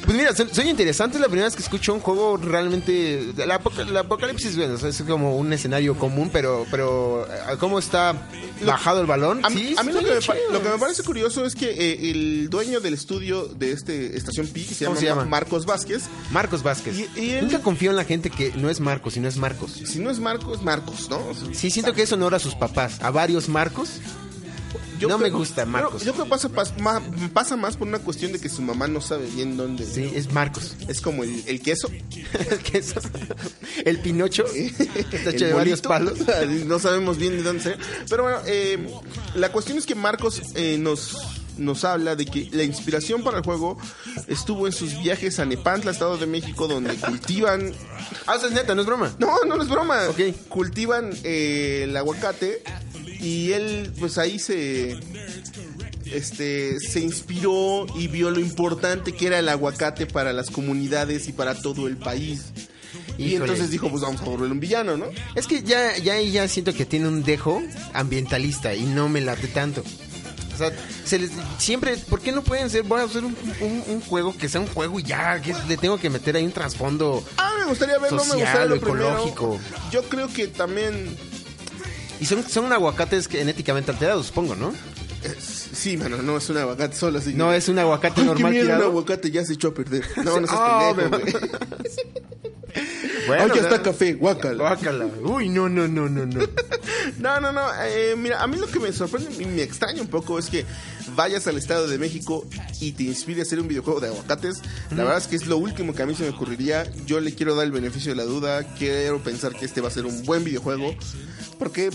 G: Pues mira, soy, soy interesante. Es la primera vez que escucho un juego realmente. La, apoca- la apocalipsis, bueno, o sea, es como un escenario común, pero, pero eh, ¿cómo está bajado el balón?
F: A mí,
G: Sí,
F: a mí lo, que
G: está
F: me,
G: bien
F: pa-
G: chido.
F: lo que me parece curioso es que eh, el dueño del estudio de este Estación Pi, que se
G: ¿Cómo
F: llama,
G: se llama?
F: Ma- Marcos Vázquez,
G: Marcos Vázquez.
F: Y- y él-
G: Nunca confío en la gente que no es Marcos y no es Marcos.
F: si no es Marcos, Marcos, ¿no? O sea,
G: Sí, siento que es honor a sus papás, a varios Marcos. No me gusta,
F: creo-
G: Marcos.
F: Yo creo que pasa, pas- ma- pasa más por una cuestión de que su mamá no sabe bien dónde.
G: Sí, es Marcos. *laughs*
F: Es como el, el queso.
G: Que eso- *laughs* el Pinocho, que *laughs* está hecho
F: el
G: de varios
F: bolito. *laughs*
G: palos.
F: no sabemos bien de dónde sea. Pero bueno, eh, la cuestión es que Marcos eh, nos nos habla de que la inspiración para el juego estuvo en sus viajes a Nepantla, Estado de México, donde cultivan...
G: Ah, o sea, es neta, no es broma.
F: No, no, no es broma.
G: Ok.
F: Cultivan eh, el aguacate y él pues ahí se... Este, se inspiró y vio lo importante que era el aguacate para las comunidades y para todo el país. Y
G: Híjole.
F: entonces dijo, pues vamos a volverlo un villano, ¿no?
G: Es que ya, ya, ahí ya siento que tiene un dejo ambientalista y no me late tanto. O sea, se les- siempre, ¿por qué no pueden ser? Voy a hacer un, un- un juego que sea un juego y ya, que le tengo que meter ahí un trasfondo.
F: Ah, me gustaría verlo,
G: Social,
F: me gustaría lo
G: ecológico.
F: primero. Yo creo que también.
G: Y son, son aguacates genéticamente alterados, supongo, ¿no?
F: eh, sí, mano, no es un aguacate solo así.
G: No es un aguacate
F: Ay, qué
G: normal
F: miedo, un
G: tirado.
F: aguacate ya se echó a
G: *laughs*
F: perder. No, no seas
G: Ah,
F: pendejo,
G: me-
F: güey.
G: Bueno,
F: Ay, ya
G: o sea,
F: está café, guácala.
G: guácala. Uy, no, no, no, no, no.
F: No, no, no. eh, mira, a mí lo que me sorprende y me extraña un poco es que vayas al Estado de México y te inspire a hacer un videojuego de aguacates. La verdad es que es lo último que a mí se me ocurriría. Yo le quiero dar el beneficio de la duda. Quiero pensar que este va a ser un buen videojuego. Porque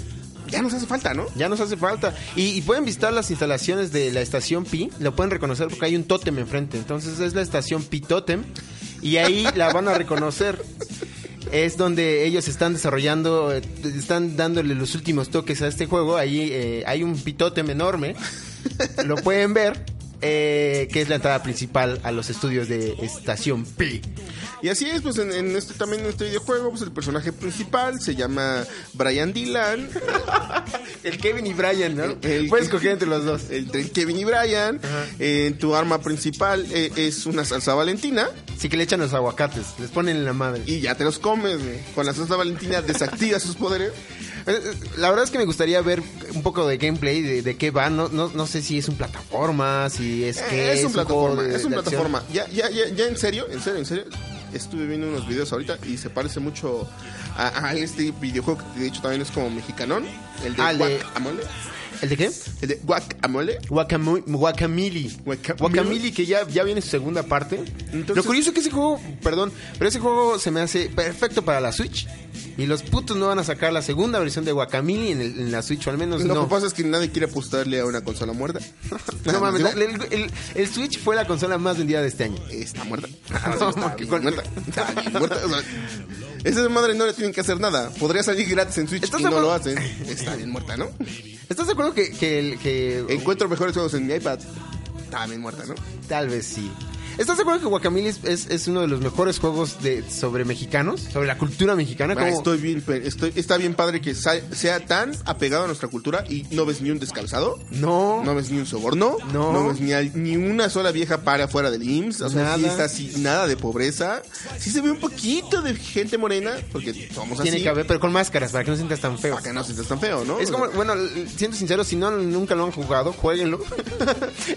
F: ya nos hace falta, ¿no?
G: Ya nos hace falta. Y, y pueden visitar las instalaciones de la estación Pi. Lo pueden reconocer porque hay un tótem enfrente. Entonces es la estación Pi Tótem. Y ahí la van a reconocer. es donde ellos están desarrollando, eh, están dándole los últimos toques a este juego. Ahí eh, hay un pitótem enorme, lo pueden ver, eh, que es la entrada principal a los estudios de Estación P.
F: Y así es, pues en, en este, también en este videojuego, pues el personaje principal se llama Brian Dylan.
G: *laughs* El Kevin y Brian, ¿no?
F: El- el-
G: Puedes escoger entre los dos.
F: El de Kevin y Brian. Eh, tu arma principal eh, es una salsa valentina.
G: Sí que le echan los aguacates, les ponen en la madre.
F: Y ya te los comes, güey. Con la salsa valentina desactiva sus poderes.
G: Eh, eh, La verdad es que me gustaría ver un poco de gameplay de, de qué va. No, no, no sé si es un plataforma, si es
F: Eh,
G: que
F: es, un plataforma,
G: juego de-
F: es un
G: de acción.
F: plataforma. Ya, ya, ya, ya en serio, en serio, en serio. Estuve viendo unos videos ahorita y se parece mucho a, a este videojuego que de hecho también es como mexicanón. El de
G: Ah, el de-
F: Guacamole.
G: ¿El de qué?
F: El de Guacamole.
G: Guacamo- Guacamili.
F: Guacamili.
G: Guacamili, que ya, ya viene su segunda parte. Lo curioso es que ese juego, perdón, pero ese juego se me hace perfecto para la Switch. Y los putos no van a sacar la segunda versión de Guacamili en, el- en la Switch, o al menos
F: Pues, Lo
G: no.
F: que pasa es que nadie quiere apostarle a una consola
G: *laughs*
F: muerta. pues,
G: No mames, el, el- el Switch fue la consola más vendida de este año.
F: Está
G: *laughs*
F: muerta.
G: Ah,
F: Está bien muerta. *laughs* Está bien muerta. O sea, esa madre no le tienen que hacer nada. Podría salir gratis en Switch
G: ¿Estás
F: y
G: de
F: no lo
G: acuerdo?
F: hacen. Está bien muerta, ¿no?
G: ¿Estás de acuerdo que, que, el- que
F: Encuentro mejores juegos en mi iPad. Está bien muerta, ¿no?
G: Tal vez sí. ¿Estás de acuerdo que Guacamole es, es- es uno de los mejores juegos de, sobre mexicanos? Sobre la cultura mexicana.
F: Ah,
G: como-
F: estoy bien, pe- estoy, está bien padre que sa- sea tan apegado a nuestra cultura y no ves ni un descalzado,
G: No.
F: no ves ni un soborno,
G: No.
F: ves ni, al- ni una sola vieja para afuera del IMSS, o sea, sí
G: Nada.
F: está así, nada de pobreza, sí se ve un poquito de gente morena, porque somos
G: tiene
F: así,
G: que haber, pero con máscaras para que no sientas tan feo.
F: para que no sientas tan feo, ¿no?
G: Es como, bueno, l- siendo sincero, si no nunca lo han jugado, jueguenlo. *laughs*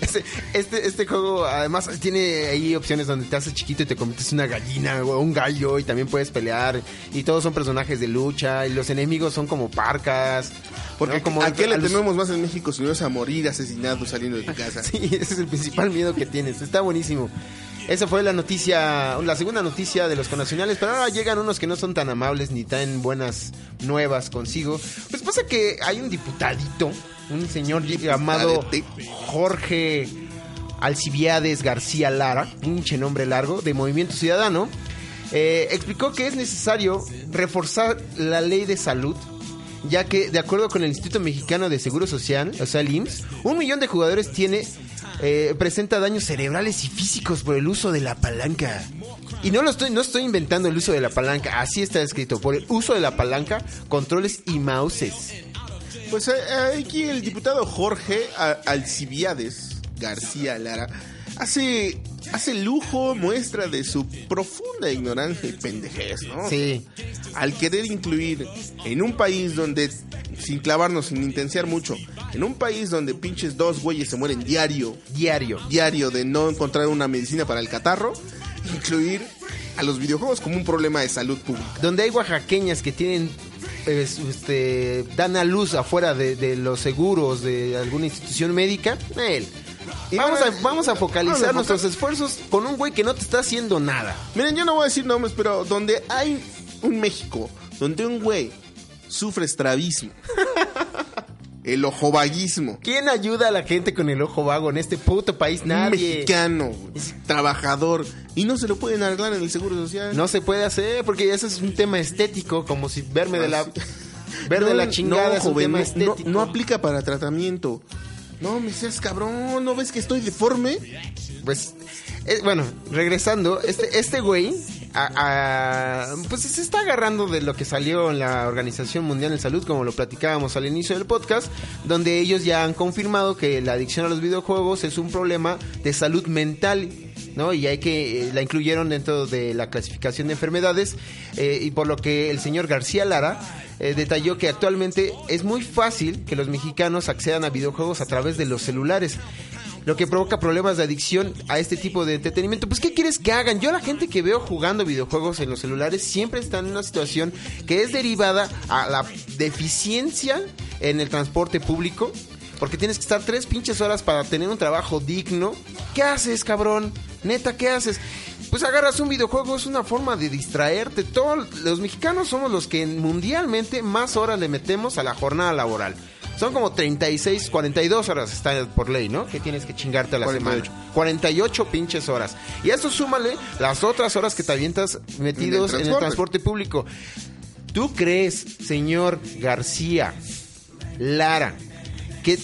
G: este, este, este juego además tiene ahí opciones donde te haces chiquito y te conviertes en una gallina o un gallo y también puedes pelear y todos son personajes de lucha y los enemigos son como parcas.
F: porque
G: ¿no? como
F: ¿a qué le
G: los-
F: tememos más en México si no es a morir asesinado saliendo de tu casa?
G: *laughs* Sí, ese es el principal miedo que tienes. Está buenísimo. Esa fue la noticia, la segunda noticia de los connacionales, pero ahora llegan unos que no son tan amables ni tan buenas nuevas consigo. Pues pasa que hay un diputadito, un señor llamado Jorge Alcibiades García Lara, pinche nombre largo, de Movimiento Ciudadano, eh, explicó que es necesario reforzar la ley de salud, ya que de acuerdo con el Instituto Mexicano de Seguro Social, o sea el IMSS, un millón de jugadores tiene eh, presenta daños cerebrales y físicos por el uso de la palanca. Y no lo estoy, no estoy inventando el uso de la palanca, así está escrito, por el uso de la palanca, controles y mouses.
F: Pues eh, aquí el diputado Jorge A- Alcibiades García Lara hace, hace lujo muestra de su profunda ignorancia y pendejez, ¿no?
G: Sí.
F: Al querer incluir en un país donde, sin clavarnos, sin intensiar mucho, en un país donde pinches dos güeyes se mueren diario,
G: Diario.
F: diario de no encontrar una medicina para el catarro, incluir a los videojuegos como un problema de salud pública.
G: donde hay oaxaqueñas que tienen es- este, dan a luz afuera de, de los seguros de alguna institución médica, él.
F: Y
G: vamos,
F: ahora-
G: a, vamos a
F: vamos a
G: focalizar
F: enfocar-
G: nuestros esfuerzos con un güey que no te está haciendo nada.
F: Miren, yo no voy a decir nombres, pero donde hay un México, donde un güey sufre estrabismo, *laughs* el ojovaguismo,
G: ¿Quién ayuda a la gente con el ojo vago en este puto país?
F: un
G: Nadie.
F: mexicano, güey, trabajador, y no se lo pueden arreglar en el Seguro Social.
G: No se puede hacer porque ese es un tema estético, como si verme
F: *laughs*
G: de la
F: Así.
G: ver de
F: No,
G: la chingada
F: no,
G: es un
F: joven,
G: tema
F: no- no,
G: estético.
F: no aplica para tratamiento. No me seas cabrón, ¿no ves que estoy deforme?
G: Pues, eh, bueno, regresando, este, este güey, a- a- pues se está agarrando de lo que salió en la Organización Mundial de Salud, como lo platicábamos al inicio del podcast, donde ellos ya han confirmado que la adicción a los videojuegos es un problema de salud mental. ¿no? Y hay que eh, la incluyeron dentro de la clasificación de enfermedades eh, y por lo que el señor García Lara eh, detalló que actualmente es muy fácil que los mexicanos accedan a videojuegos a través de los celulares lo que provoca problemas de adicción a este tipo de entretenimiento. Pues, ¿qué quieres que hagan? Yo la gente que veo jugando videojuegos en los celulares siempre está en una situación que es derivada a la deficiencia en el transporte público. Porque tienes que estar tres pinches horas para tener un trabajo digno. ¿Qué haces, cabrón? Neta, ¿qué haces? Pues agarras un videojuego, es una forma de distraerte. Todos los mexicanos somos los que mundialmente más horas le metemos a la jornada laboral. Son como 36, 42 horas está por ley, ¿no? Que tienes que chingarte a la
F: 48.
G: semana. 48 pinches horas. Y a eso súmale las otras horas que te avientas metidos en el
F: transporte.
G: transporte público. ¿Tú crees, señor García Lara, que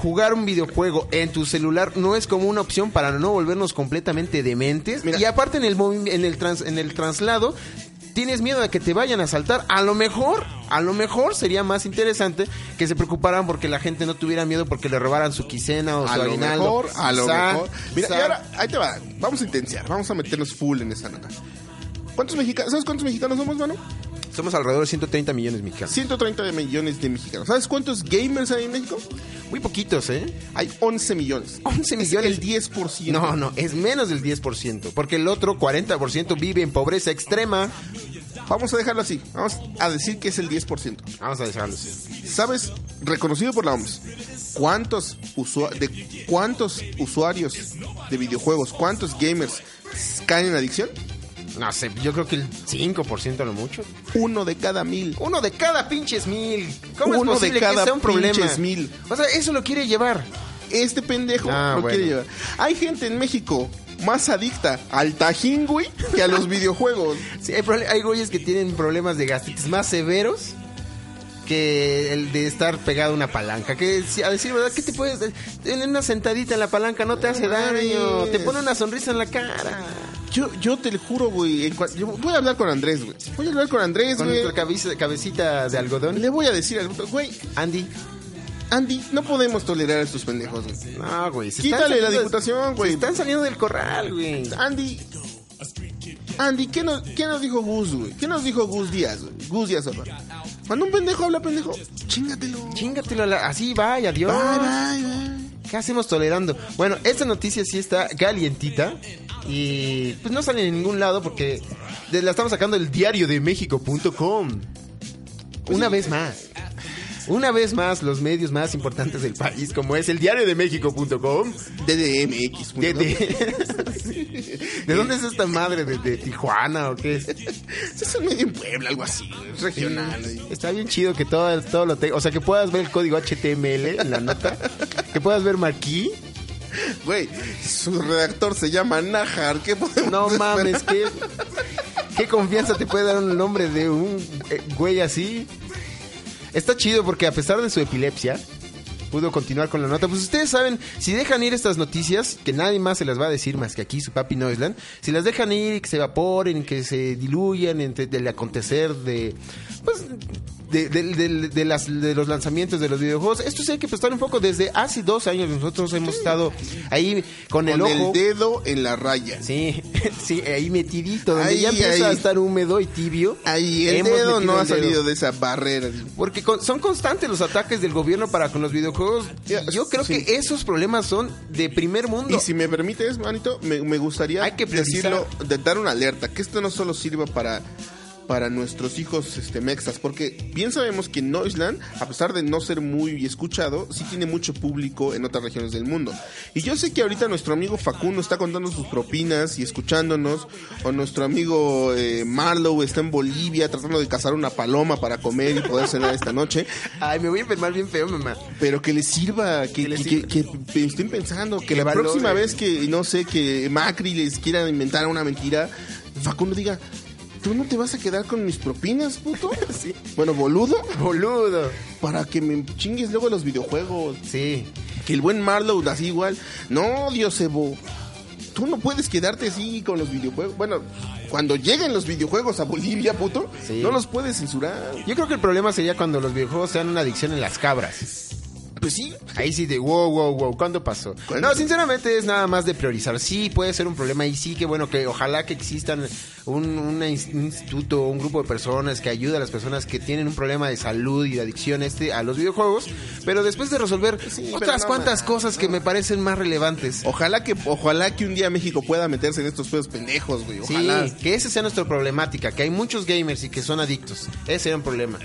G: jugar un videojuego en tu celular no es como una opción para no volvernos completamente dementes?
F: Mira.
G: Y aparte en el movi- en el trans- en el traslado tienes miedo de que te vayan a asaltar. A lo mejor, a lo mejor sería más interesante que se preocuparan porque la gente no tuviera miedo porque le robaran su quicena o
F: A
G: su
F: lo
G: aguinaldo.
F: mejor, a lo
G: Sa-
F: mejor. Mira,
G: sa-
F: y ahora, ahí te va. Vamos a intensiar, vamos a meternos full en esta nota. ¿Cuántos mexicanos, ¿Sabes cuántos mexicanos somos, mano?
G: somos alrededor de 130 millones mexicanos.
F: 130 de millones de mexicanos. ¿Sabes cuántos gamers hay en México?
G: Muy poquitos, ¿eh?
F: Hay 11 millones.
G: 11
F: Es
G: millones.
F: el 10%.
G: No, no, es menos del 10%, porque el otro 40% vive en pobreza extrema.
F: Vamos a dejarlo así. Vamos a decir que es el 10%.
G: Vamos a dejarlo así.
F: ¿Sabes? Reconocido por la OMS. ¿Cuántos, usua- de ¿Cuántos usuarios de videojuegos, cuántos gamers caen en adicción?
G: No sé, yo creo que el 5% a lo mucho.
F: Uno de cada mil.
G: Uno de cada pinches mil. ¿Cómo
F: Uno de
G: es posible
F: cada
G: que sea un problema?
F: pinches mil.
G: O sea, eso lo quiere llevar.
F: Este pendejo
G: Ah,
F: lo
G: bueno.
F: quiere llevar. Hay gente en México más adicta al tajín, güey, que a los videojuegos.
G: Sí, hay, prole- hay güeyes que tienen problemas de gastritis más severos que el de estar pegado a una palanca. Que si- a decir verdad, ¿qué te puedes... En una sentadita en la palanca no te hace daño.
F: mames.
G: Te pone una sonrisa en la cara.
F: Yo, yo te lo juro, güey. en cua- yo voy a hablar con Andrés, güey. Voy a hablar con Andrés,
G: Con
F: güey.
G: nuestra cabeza- cabecita de algodón.
F: Le voy a decir al güey,
G: Andy.
F: Andy, no podemos tolerar a estos pendejos, güey.
G: No, güey. se
F: Quítale
G: están
F: la
G: saliendo-
F: diputación, güey.
G: Se están saliendo del corral, güey.
F: Andy. Andy, ¿qué nos, qué nos dijo Gus, güey? ¿Qué nos dijo Gus Díaz, güey? Gus Díaz, papá. Cuando un pendejo habla pendejo, chingatelo.
G: Chingatelo, a la- así, vaya, adiós.
F: Bye, bye, bye.
G: ¿Qué hacemos tolerando? Bueno, esta noticia sí está calientita. Y pues no sale en ningún lado porque de- la estamos sacando del diario de México.com. Una vez más. Una vez más, los medios más importantes del país, como es el diario de México.com,
F: DDMX.
G: De,
F: ¿no?
G: *laughs* de- ¿De dónde es esta madre? ¿De, de Tijuana o qué es?
F: Es un medio en Puebla, algo así, güey, es regional. güey.
G: Está bien chido que todo, todo lo tenga. O sea, que puedas ver el código HTML en la nota. Que puedas ver Marquí.
F: Güey, su redactor se llama Najar. ¿Qué podemos
G: *laughs* No
F: esperar?
G: mames, qué, qué confianza te puede dar un nombre de un eh, güey así. Está chido porque a pesar de su epilepsia, pudo continuar con la nota. Pues ustedes saben, si dejan ir estas noticias, que nadie más se las va a decir más que aquí su papi Noisland, si las dejan ir y que se evaporen, que se diluyan entre del acontecer de... Pues, de, de- de- de las, de los lanzamientos de los videojuegos. Esto sí hay que prestar un poco. Desde hace dos años nosotros hemos estado ahí con,
F: Con
G: el
F: el
G: ojo.
F: dedo en la raya.
G: Sí, *laughs* sí, ahí metidito, donde
F: Ahí,
G: ya empieza
F: ahí.
G: a estar húmedo y tibio.
F: Ahí el
G: Hemos
F: dedo
G: metido
F: no
G: el
F: ha
G: dedo.
F: salido de esa barrera.
G: Porque con- son constantes los ataques del gobierno para con los videojuegos.
F: Ya,
G: Yo creo
F: sí.
G: que esos problemas son de primer mundo.
F: Y si me permites, manito, me, me gustaría
G: Hay que precisar.
F: decirlo, de dar una alerta, que esto no solo sirva para para nuestros hijos este mexas, porque bien sabemos que Noisland, a pesar de no ser muy escuchado, sí tiene mucho público en otras regiones del mundo. Y yo sé que ahorita nuestro amigo Facundo está contando sus propinas y escuchándonos, o nuestro amigo eh, Marlow está en Bolivia tratando de cazar una paloma para comer y poder cenar esta noche,
G: Ay, me voy a enfermar bien feo, mamá.
F: pero que les sirva, que,
G: Que les
F: que- que- que estén pensando, que, la
G: valore.
F: próxima vez que, no sé, que Macri les quiera inventar una mentira, Facundo diga, ¿tú no te vas a quedar con mis propinas, puto? Bueno, boludo,
G: Boludo.
F: para que me chingues luego los videojuegos.
G: Sí.
F: Que el buen Marlow así igual. No, Dios Evo. Tú no puedes quedarte así con los videojuegos. Bueno, cuando lleguen los videojuegos a Bolivia, puto,
G: Sí.
F: no los puedes censurar.
G: Yo creo que el problema sería cuando los videojuegos sean una adicción en las cabras.
F: Pues sí,
G: Ahí sí de wow, wow, wow, ¿cuándo pasó?
F: ¿Cuándo?
G: No, sinceramente es nada más de priorizar. Sí, puede ser un problema y sí, que bueno, que ojalá que existan un, un ins- un instituto, un grupo de personas que ayude a las personas que tienen un problema de salud y de adicción este a los videojuegos, pero después de resolver
F: Pues Sí, pero
G: otras
F: no,
G: cuantas
F: man,
G: cosas que me parecen más relevantes.
F: Ojalá que, ojalá que un día México pueda meterse en estos pedos pendejos, güey. Ojalá.
G: Sí, que esa sea nuestra problemática, que hay muchos gamers y que son adictos. Ese era un problema.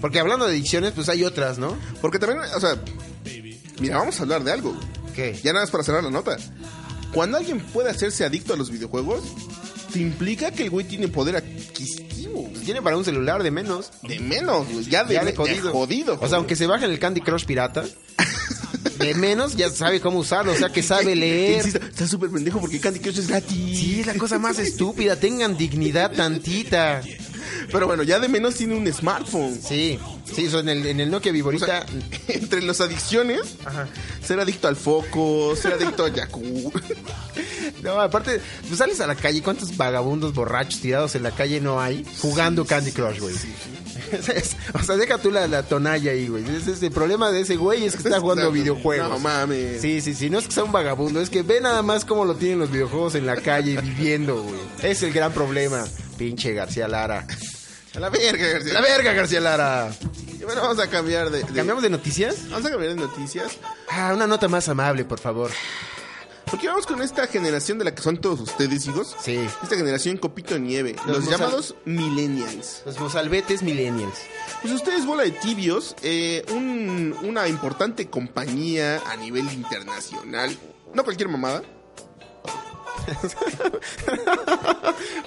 G: Porque hablando de adicciones, pues hay otras, ¿no?
F: Porque también, o sea, mira, vamos a hablar de algo.
G: ¿Qué?
F: Ya nada más para cerrar la nota. Cuando alguien puede hacerse adicto a los videojuegos, te implica que el güey tiene poder adquisitivo. güey.
G: Tiene para un celular de menos.
F: De menos, güey. Ya de,
G: Ya de
F: de jodido.
G: jodido. O sea, aunque se baje el Candy Crush pirata, de menos ya sabe cómo usarlo. O sea, que sabe
F: Te *laughs*
G: leer.
F: insisto, está súper pendejo porque Candy Crush es gratis.
G: Sí, es la
F: *laughs*
G: cosa más estúpida. Tengan dignidad tantita.
F: Pero bueno, ya de menos tiene un smartphone.
G: Sí, sí, eso en el, en el Nokia Viborita.
F: *laughs* Entre las adicciones, ser adicto al foco, ser adicto al Yaku.
G: No, aparte, tú sales a la calle, ¿cuántos vagabundos borrachos tirados en la calle no hay jugando Candy Crush, güey? Es- *laughs* es- o sea, deja tú la, la tonalla ahí, güey. Es- es el problema de ese güey es que está jugando videojuegos.
F: *laughs* No mames.
G: Sí, sí, sí, no es que sea un vagabundo, es que ve nada más cómo lo tienen los videojuegos en la calle viviendo, güey. Es el gran problema, pinche García Lara.
F: A la verga, García.
G: ¡La verga, García Lara!
F: Bueno, vamos a cambiar de, de-
G: ¿Cambiamos de noticias?
F: Vamos a cambiar de noticias.
G: Ah, una nota más amable, por favor.
F: Porque vamos con esta generación de la que son todos ustedes, hijos.
G: Sí.
F: Esta generación copito de nieve.
G: Los
F: Los,
G: moza-
F: llamados millennials.
G: Los mozalbetes millennials.
F: Pues ustedes, bola de tibios, eh, un- una importante compañía a nivel internacional. No cualquier mamada.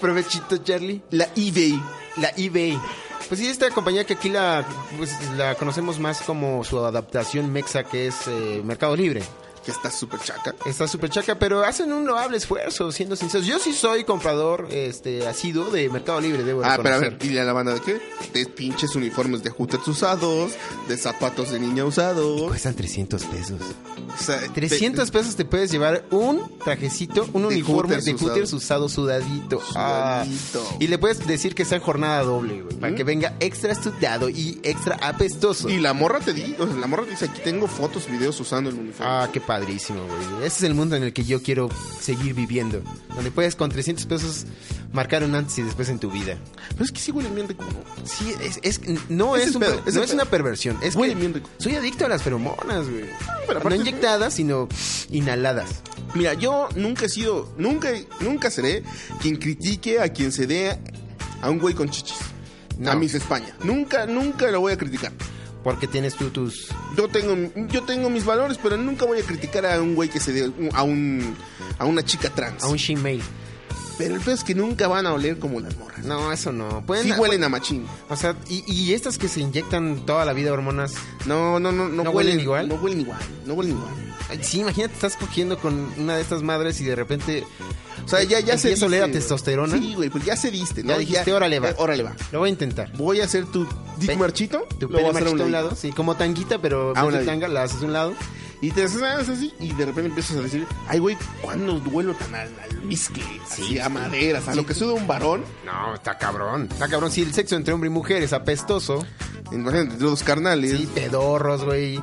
G: Provechito, Charlie.
F: La eBay.
G: La eBay. Pues sí, esta compañía que aquí la, pues, la conocemos más como su adaptación mexa, que es eh, Mercado Libre.
F: Que está súper chaca.
G: Está súper chaca, pero hacen un loable esfuerzo, siendo sinceros. Yo sí soy comprador este, asiduo de Mercado Libre, debo
F: Ah, pero a
G: reconocer.
F: ver, dile a la banda de qué? De pinches uniformes de jutas usados, de zapatos de niña usados.
G: Cuestan 300 pesos.
F: O sea, de-
G: 300 pesos te puedes llevar un trajecito, un
F: De
G: uniforme
F: cúters
G: de
F: usado.
G: cúters usado sudadito. Ah.
F: Sudadito. ¿Mm?
G: y le puedes decir que sea jornada doble, güey, para que venga extra sudado y extra apestoso.
F: Y la morra te di, o sea, la morra te dice, aquí tengo fotos, videos usando el uniforme.
G: Ah, qué padrísimo, güey. Ese es el mundo en el que yo quiero seguir viviendo. Donde puedes con 300 pesos marcar un antes y después en tu vida.
F: Pero es que sí huelen bien rico, ¿no?
G: Sí, es, es- no
F: Es
G: es,
F: el
G: un
F: pedo,
G: per-
F: es el
G: no es
F: pedo.
G: una perversión. Es
F: Huele
G: que
F: bien rico.
G: soy adicto a las feromonas, güey.
F: pero
G: No
F: aparte-
G: inyectadas, sino inhaladas.
F: Mira, yo nunca he sido, nunca, nunca seré quien critique a quien se dé a un güey con chichis.
G: No.
F: A mis España. Nunca, nunca lo voy a criticar.
G: Porque tienes tú tus...
F: Yo tengo, yo tengo mis valores, pero nunca voy a criticar a un güey que se dé a un, a una chica trans.
G: a un Gmail.
F: Pero el peor es que nunca van a oler como las morras.
G: No, eso no. Pueden,
F: Sí huelen a machín.
G: O sea, y, y estas que se inyectan toda la vida hormonas.
F: No, no, no, no,
G: ¿No huelen igual?
F: No huelen igual, no huelen igual.
G: Ay, Sí, imagínate, estás cogiendo con una de estas madres y de repente...
F: O sea, ya, ya se
G: Empieza a oler a
F: diste, güey.
G: testosterona.
F: Sí, güey, pues ya se diste, ¿no?
G: Ya dijiste, órale, va.
F: eh, Órale, va.
G: Lo voy a intentar.
F: Voy a hacer tu dick
G: Ve-
F: marchito.
G: Tu
F: lo voy
G: pelo
F: a hacer
G: machito a un
F: ladito.
G: lado, sí, como tanguita, pero
F: A un
G: en vez de
F: ladito.
G: tanga la haces a un lado.
F: Y te haces así y de repente empiezas a decir, ay, güey, ¿cuándo duelo tan al, al miscle? Así, a maderas, a lo que suda un varón.
G: No, está cabrón. Está cabrón, sí, el sexo entre hombre y mujer es apestoso.
F: Imagínate, los carnales.
G: Sí, pedorros, güey.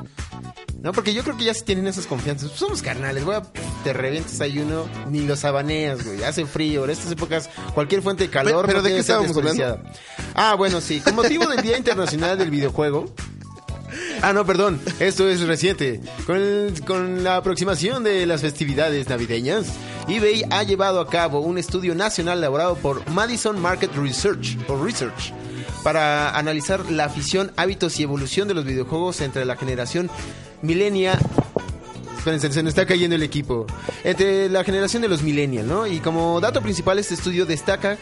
G: No, porque yo creo que ya se tienen esas confianzas. Pues somos carnales, güey. Te revientas ahí uno, ni los sabaneas, güey. Hace frío. En estas épocas, cualquier fuente de calor.
F: Pero, ¿pero
G: no
F: de
G: debe
F: qué
G: ser
F: estábamos hablando?
G: despreciada. Ah, bueno, sí. Con motivo del Día Internacional del Videojuego. Ah, no, perdón. Esto es reciente. Con, el- con la aproximación de las festividades navideñas, eBay ha llevado a cabo un estudio nacional elaborado por Madison Market Research, o Research, para analizar la afición, hábitos y evolución de los videojuegos entre la generación milenia Espérense, se nos está cayendo el equipo. Entre la generación de los millennials, ¿no? Y como dato principal, este estudio destaca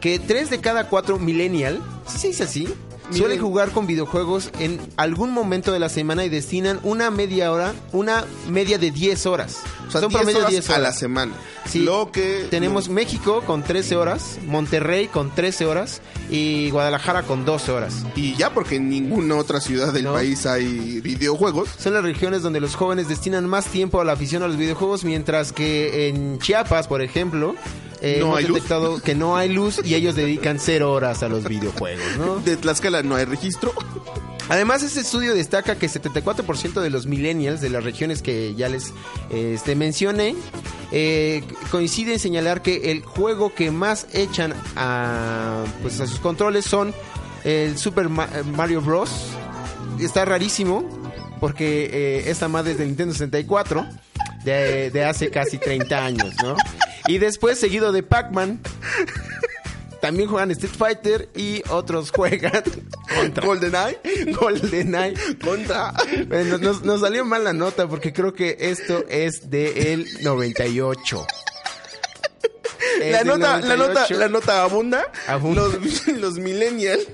G: que 3 de cada 4 millennial, si se dice así, suelen jugar con videojuegos en algún momento de la semana y destinan una media hora, una media de 10 horas.
F: o sea,
G: Son
F: 10
G: promedio
F: horas
G: 10
F: a
G: horas.
F: la semana. Mm.
G: Sí.
F: Lo que...
G: Tenemos México con 13 horas, Monterrey con 13 horas y Guadalajara con 12 horas.
F: Y ya porque en ninguna otra ciudad del
G: No.
F: país hay videojuegos.
G: son las regiones donde los jóvenes destinan más tiempo a la afición a los videojuegos, mientras que en Chiapas, por ejemplo, eh,
F: No
G: hemos
F: hay luz.
G: detectado que no hay luz y ellos dedican cero horas a los videojuegos, ¿no?
F: De Tlaxcala no hay registro. *laughs*
G: Además, este estudio destaca que 74% de los millennials de las regiones que ya les eh, este, mencioné eh, coinciden en señalar que el juego que más echan a, pues, a sus controles son el Super Ma- Mario Bros. Está rarísimo porque eh, esta madre es de Nintendo 64 de, de hace casi 30 años, ¿no? Y después seguido de Pac-Man. También juegan Street Fighter y otros juegan contra. GoldenEye. GoldenEye. Contra. Nos, nos- nos salió mal la nota porque creo que esto es del 98. Es
F: La
G: del
F: nota, la nota,
G: 98.
F: la nota abunda.
G: Abunda.
F: Los, *laughs* los millennials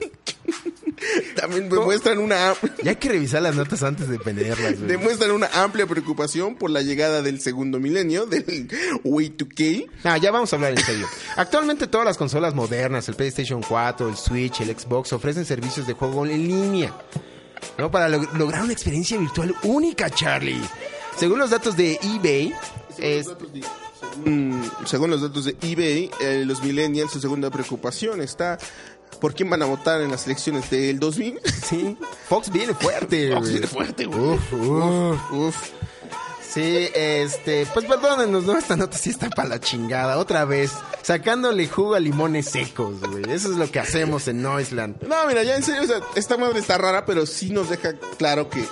F: también demuestran una,
G: Ya hay que revisar las notas antes de venderlas, güey.
F: demuestran una amplia preocupación por la llegada del segundo milenio, del Way2K.
G: Ah, ya vamos a hablar en serio. Actualmente todas las consolas modernas, el PlayStation 4, el Switch, el Xbox, ofrecen servicios de juego en línea. ¿no? Para log- lograr una experiencia virtual única, Charlie. Según los datos de eBay, es...
F: Mm, según los datos de eBay, eh, los millennials, su segunda preocupación está por quién van a votar en las elecciones del 2000.
G: Sí, Fox viene fuerte.
F: Fox
G: güey.
F: viene fuerte, güey.
G: Uf, uf, uf. Sí, este, pues perdónenos, ¿no? Esta nota sí está para la chingada. Otra vez, sacándole jugo a limones secos, güey. Eso es lo que hacemos en Noisland.
F: *laughs* No, mira, ya en serio, o sea, esta madre está rara, pero sí nos deja claro que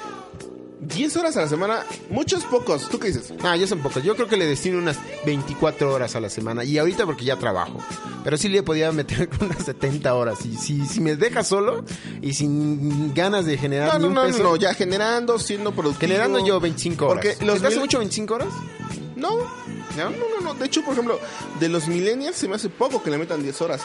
F: 10 horas a la semana, muchos pocos. ¿Tú qué dices?
G: Ah, yo son pocos. Yo creo que le destino unas 24 horas a la semana. Y ahorita porque ya trabajo. Pero sí le podía meter *laughs* como unas 70 horas. Y si, si me deja solo y sin ganas de
F: No,
G: generar ni
F: no,
G: un
F: no,
G: peso.
F: no, ya generando, siendo productivo.
G: Generando yo 25 horas.
F: Porque los
G: ¿Te hace
F: mil-
G: mucho 25 horas?
F: No, no, no, no. De hecho, por ejemplo, de los millennials se me hace poco que le metan 10 horas.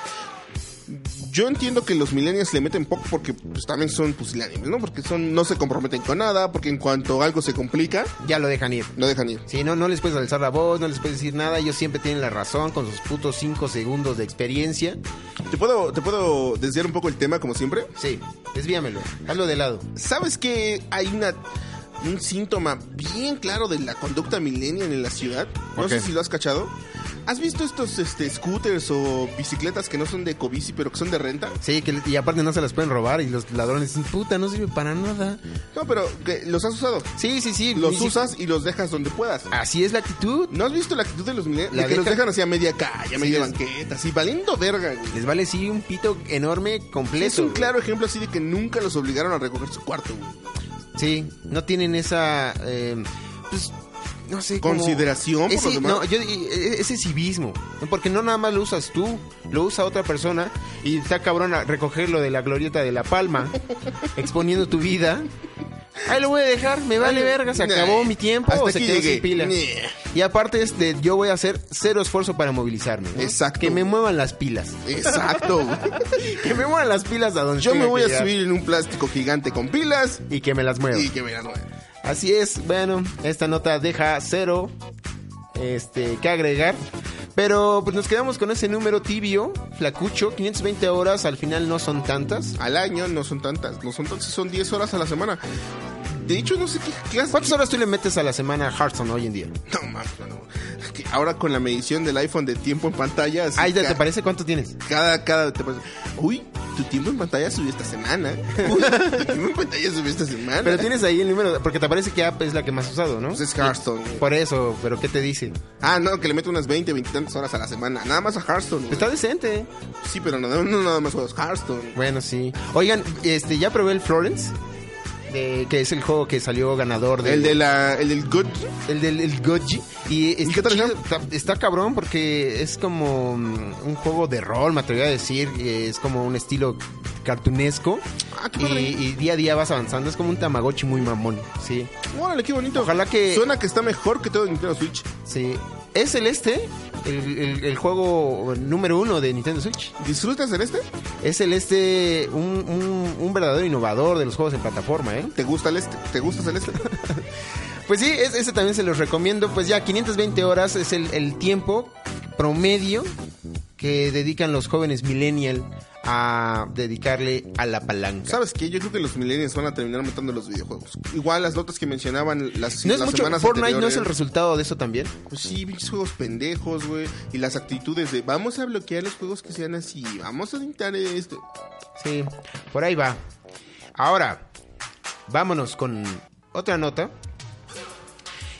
F: Yo entiendo que los millennials le meten poco porque pues, también son pusilánimes, ¿no? Porque son no se comprometen con nada, porque en cuanto algo se complica,
G: Ya lo dejan ir.
F: no dejan ir.
G: Sí, no, no les puedes alzar la voz, no les puedes decir nada. Ellos siempre tienen la razón con sus putos 5 segundos de experiencia.
F: ¿Te puedo, te puedo desviar un poco el tema, como siempre?
G: Sí, desvíamelo. Hazlo de lado.
F: ¿Sabes que hay una, un síntoma bien claro de la conducta millennial en la ciudad? No
G: Ok.
F: sé si lo has cachado. ¿Has visto estos este, scooters o bicicletas que no son de Ecobici, pero que son de renta?
G: Sí, que, y aparte no se las pueden robar. Y los ladrones dicen, puta, no sirve para nada.
F: No, pero que los has usado.
G: Sí, sí, sí. ni
F: Los
G: si-
F: usas y los dejas donde puedas.
G: Así es la actitud.
F: ¿No has visto la actitud de los millennials?
G: La
F: De que los
G: deja-
F: dejan así a media calle, a
G: Sí,
F: media
G: es-
F: banqueta, así valiendo verga, güey.
G: Les vale sí un pito enorme, completo.
F: Es un
G: güey.
F: claro ejemplo así de que nunca los obligaron a recoger su cuarto, güey.
G: Sí, no tienen esa, eh, pues, no sé. como-
F: Consideración por
G: Ese,
F: los demás.
G: no, yo- y- e- ese civismo. Porque no nada más lo usas tú, lo usa otra persona y está cabrón a recogerlo de la glorieta de La
F: *laughs*
G: Palma, exponiendo tu vida. Ahí lo voy a dejar, me vale verga, se
F: Nah.
G: acabó mi tiempo
F: Hasta
G: o se
F: aquí
G: quedó
F: llegué.
G: sin pila.
F: Nah.
G: Y aparte este, yo voy a hacer cero esfuerzo para movilizarme. ¿no?
F: Exacto.
G: Que me muevan
F: *laughs*
G: las pilas.
F: Exacto,
G: *laughs*
F: güey.
G: Que me muevan las pilas a donde
F: Yo me
G: tenga
F: voy
G: Pues que
F: a
G: llegar.
F: subir en un plástico gigante con pilas
G: Y que me las muevan.
F: y que me la muevan.
G: Así es, bueno, esta nota deja cero este, que agregar. Pero pues nos quedamos con ese número tibio, flacucho, 520 horas, al final no son tantas.
F: Al año no son tantas, no son tantas, son 10 horas a la semana. De hecho, no sé qué clase.
G: ¿Cuántas horas tú le metes a la semana a Hearthstone hoy en día?
F: No mames, mano. Que Ahora con la medición del iPhone de tiempo en pantalla. así
G: Ay, ¿te,
F: ca-
G: te parece cuánto tienes?
F: Cada, cada, te parece. Uy, tu tiempo en pantalla subió esta semana. Uy, tu tiempo en pantalla subió esta semana.
G: Pero tienes ahí el número, porque te parece que app es la que más has usado, ¿no?
F: Pues es Hearthstone. güey.
G: Por eso, pero ¿qué te dice?
F: Ah, no, que le meto unas 20, 20 y tantas horas a la semana. Nada más a Hearthstone. güey.
G: Está decente. ¿eh?
F: Sí, pero no, no nada más juegos Hearthstone.
G: Bueno, sí. Oigan, este, ya probé el Florence, de- que es el juego que salió ganador del...
F: El de la, el del Good.
G: El del el Goji. Y está,
F: qué tal
G: chido, está, está cabrón porque es como mm, un juego de rol, me atrevería a decir. eh, Es como un estilo cartunesco.
F: Ah, qué
G: y,
F: padre.
G: y día a día vas avanzando. Es como un Tamagotchi muy mamón. Sí.
F: Órale, qué bonito.
G: Ojalá que.
F: Suena que está mejor que todo el Nintendo Switch.
G: Sí. Es el este, el, el- el juego número uno de Nintendo Switch.
F: ¿Disfrutas el este?
G: Es el este, un, un- un verdadero innovador de los juegos en plataforma, ¿eh?
F: ¿Te gusta el este? ¿Te gusta el este?
G: Pues sí, es- ese también se los recomiendo. Pues ya, 520 horas es el, el tiempo promedio que dedican los jóvenes millennial a dedicarle a la palanca.
F: ¿Sabes qué? Yo creo que los millennials van a terminar matando los videojuegos. Igual las notas que mencionaban las,
G: No es
F: las
G: mucho,
F: semanas
G: Fortnite no
F: anteriores.
G: es el resultado de eso también.
F: Pues sí, pinches juegos pendejos, güey. Y las actitudes de vamos a bloquear los juegos que sean así, vamos a dictar esto.
G: Sí, por ahí va. Ahora, vámonos con otra nota.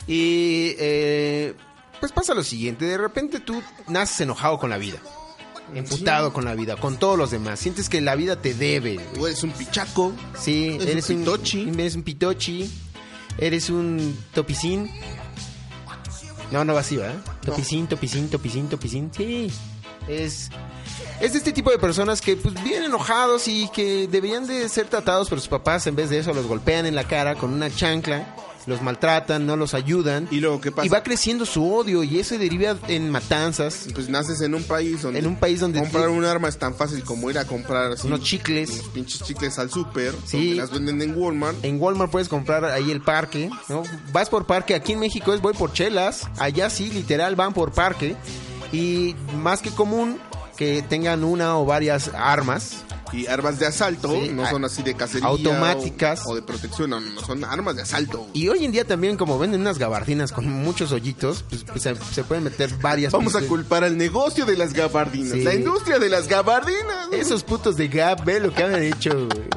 G: Y eh, pues pasa lo siguiente, de repente tú naces enojado con la vida, emputado con la vida, con todos los demás, sientes que la vida te debe. güey.
F: Tú eres un pichaco.
G: Sí,
F: Eres un
G: eres un
F: pitochi.
G: Eres un pitochi. Eres un topicín. No, no va así, ¿verdad? Topicín, topicín, topicín, topicín. Sí. Es. Es de este tipo de personas que pues vienen enojados y que deberían de ser tratados, pero sus papás en vez de eso los golpean en la cara con una chancla los maltratan, no los ayudan.
F: Y luego, ¿qué pasa?
G: Y va creciendo su odio y eso deriva en matanzas,
F: Pues naces en un país donde...
G: en un país donde
F: Comprar un arma es tan fácil como ir a comprar así
G: unos chicles.
F: unos pinches chicles al super.
G: Sí.
F: donde las venden en Walmart.
G: En Walmart puedes comprar ahí el parque, ¿no? Vas por parque, aquí en México es voy por chelas, allá sí, literal, van por parque. Y más que común que tengan una o varias armas.
F: Y armas de asalto,
G: Sí,
F: no
G: a-
F: son así de cacería.
G: automáticas.
F: O, o de protección, no, no, no, son armas de asalto.
G: Y hoy en día también como venden unas gabardinas con muchos hoyitos, pues, pues, se, se pueden meter varias.
F: Vamos a
G: pistolas.
F: culpar al negocio de las gabardinas.
G: Sí.
F: La industria de las gabardinas.
G: Esos putos de Gap, ve lo que han hecho, güey.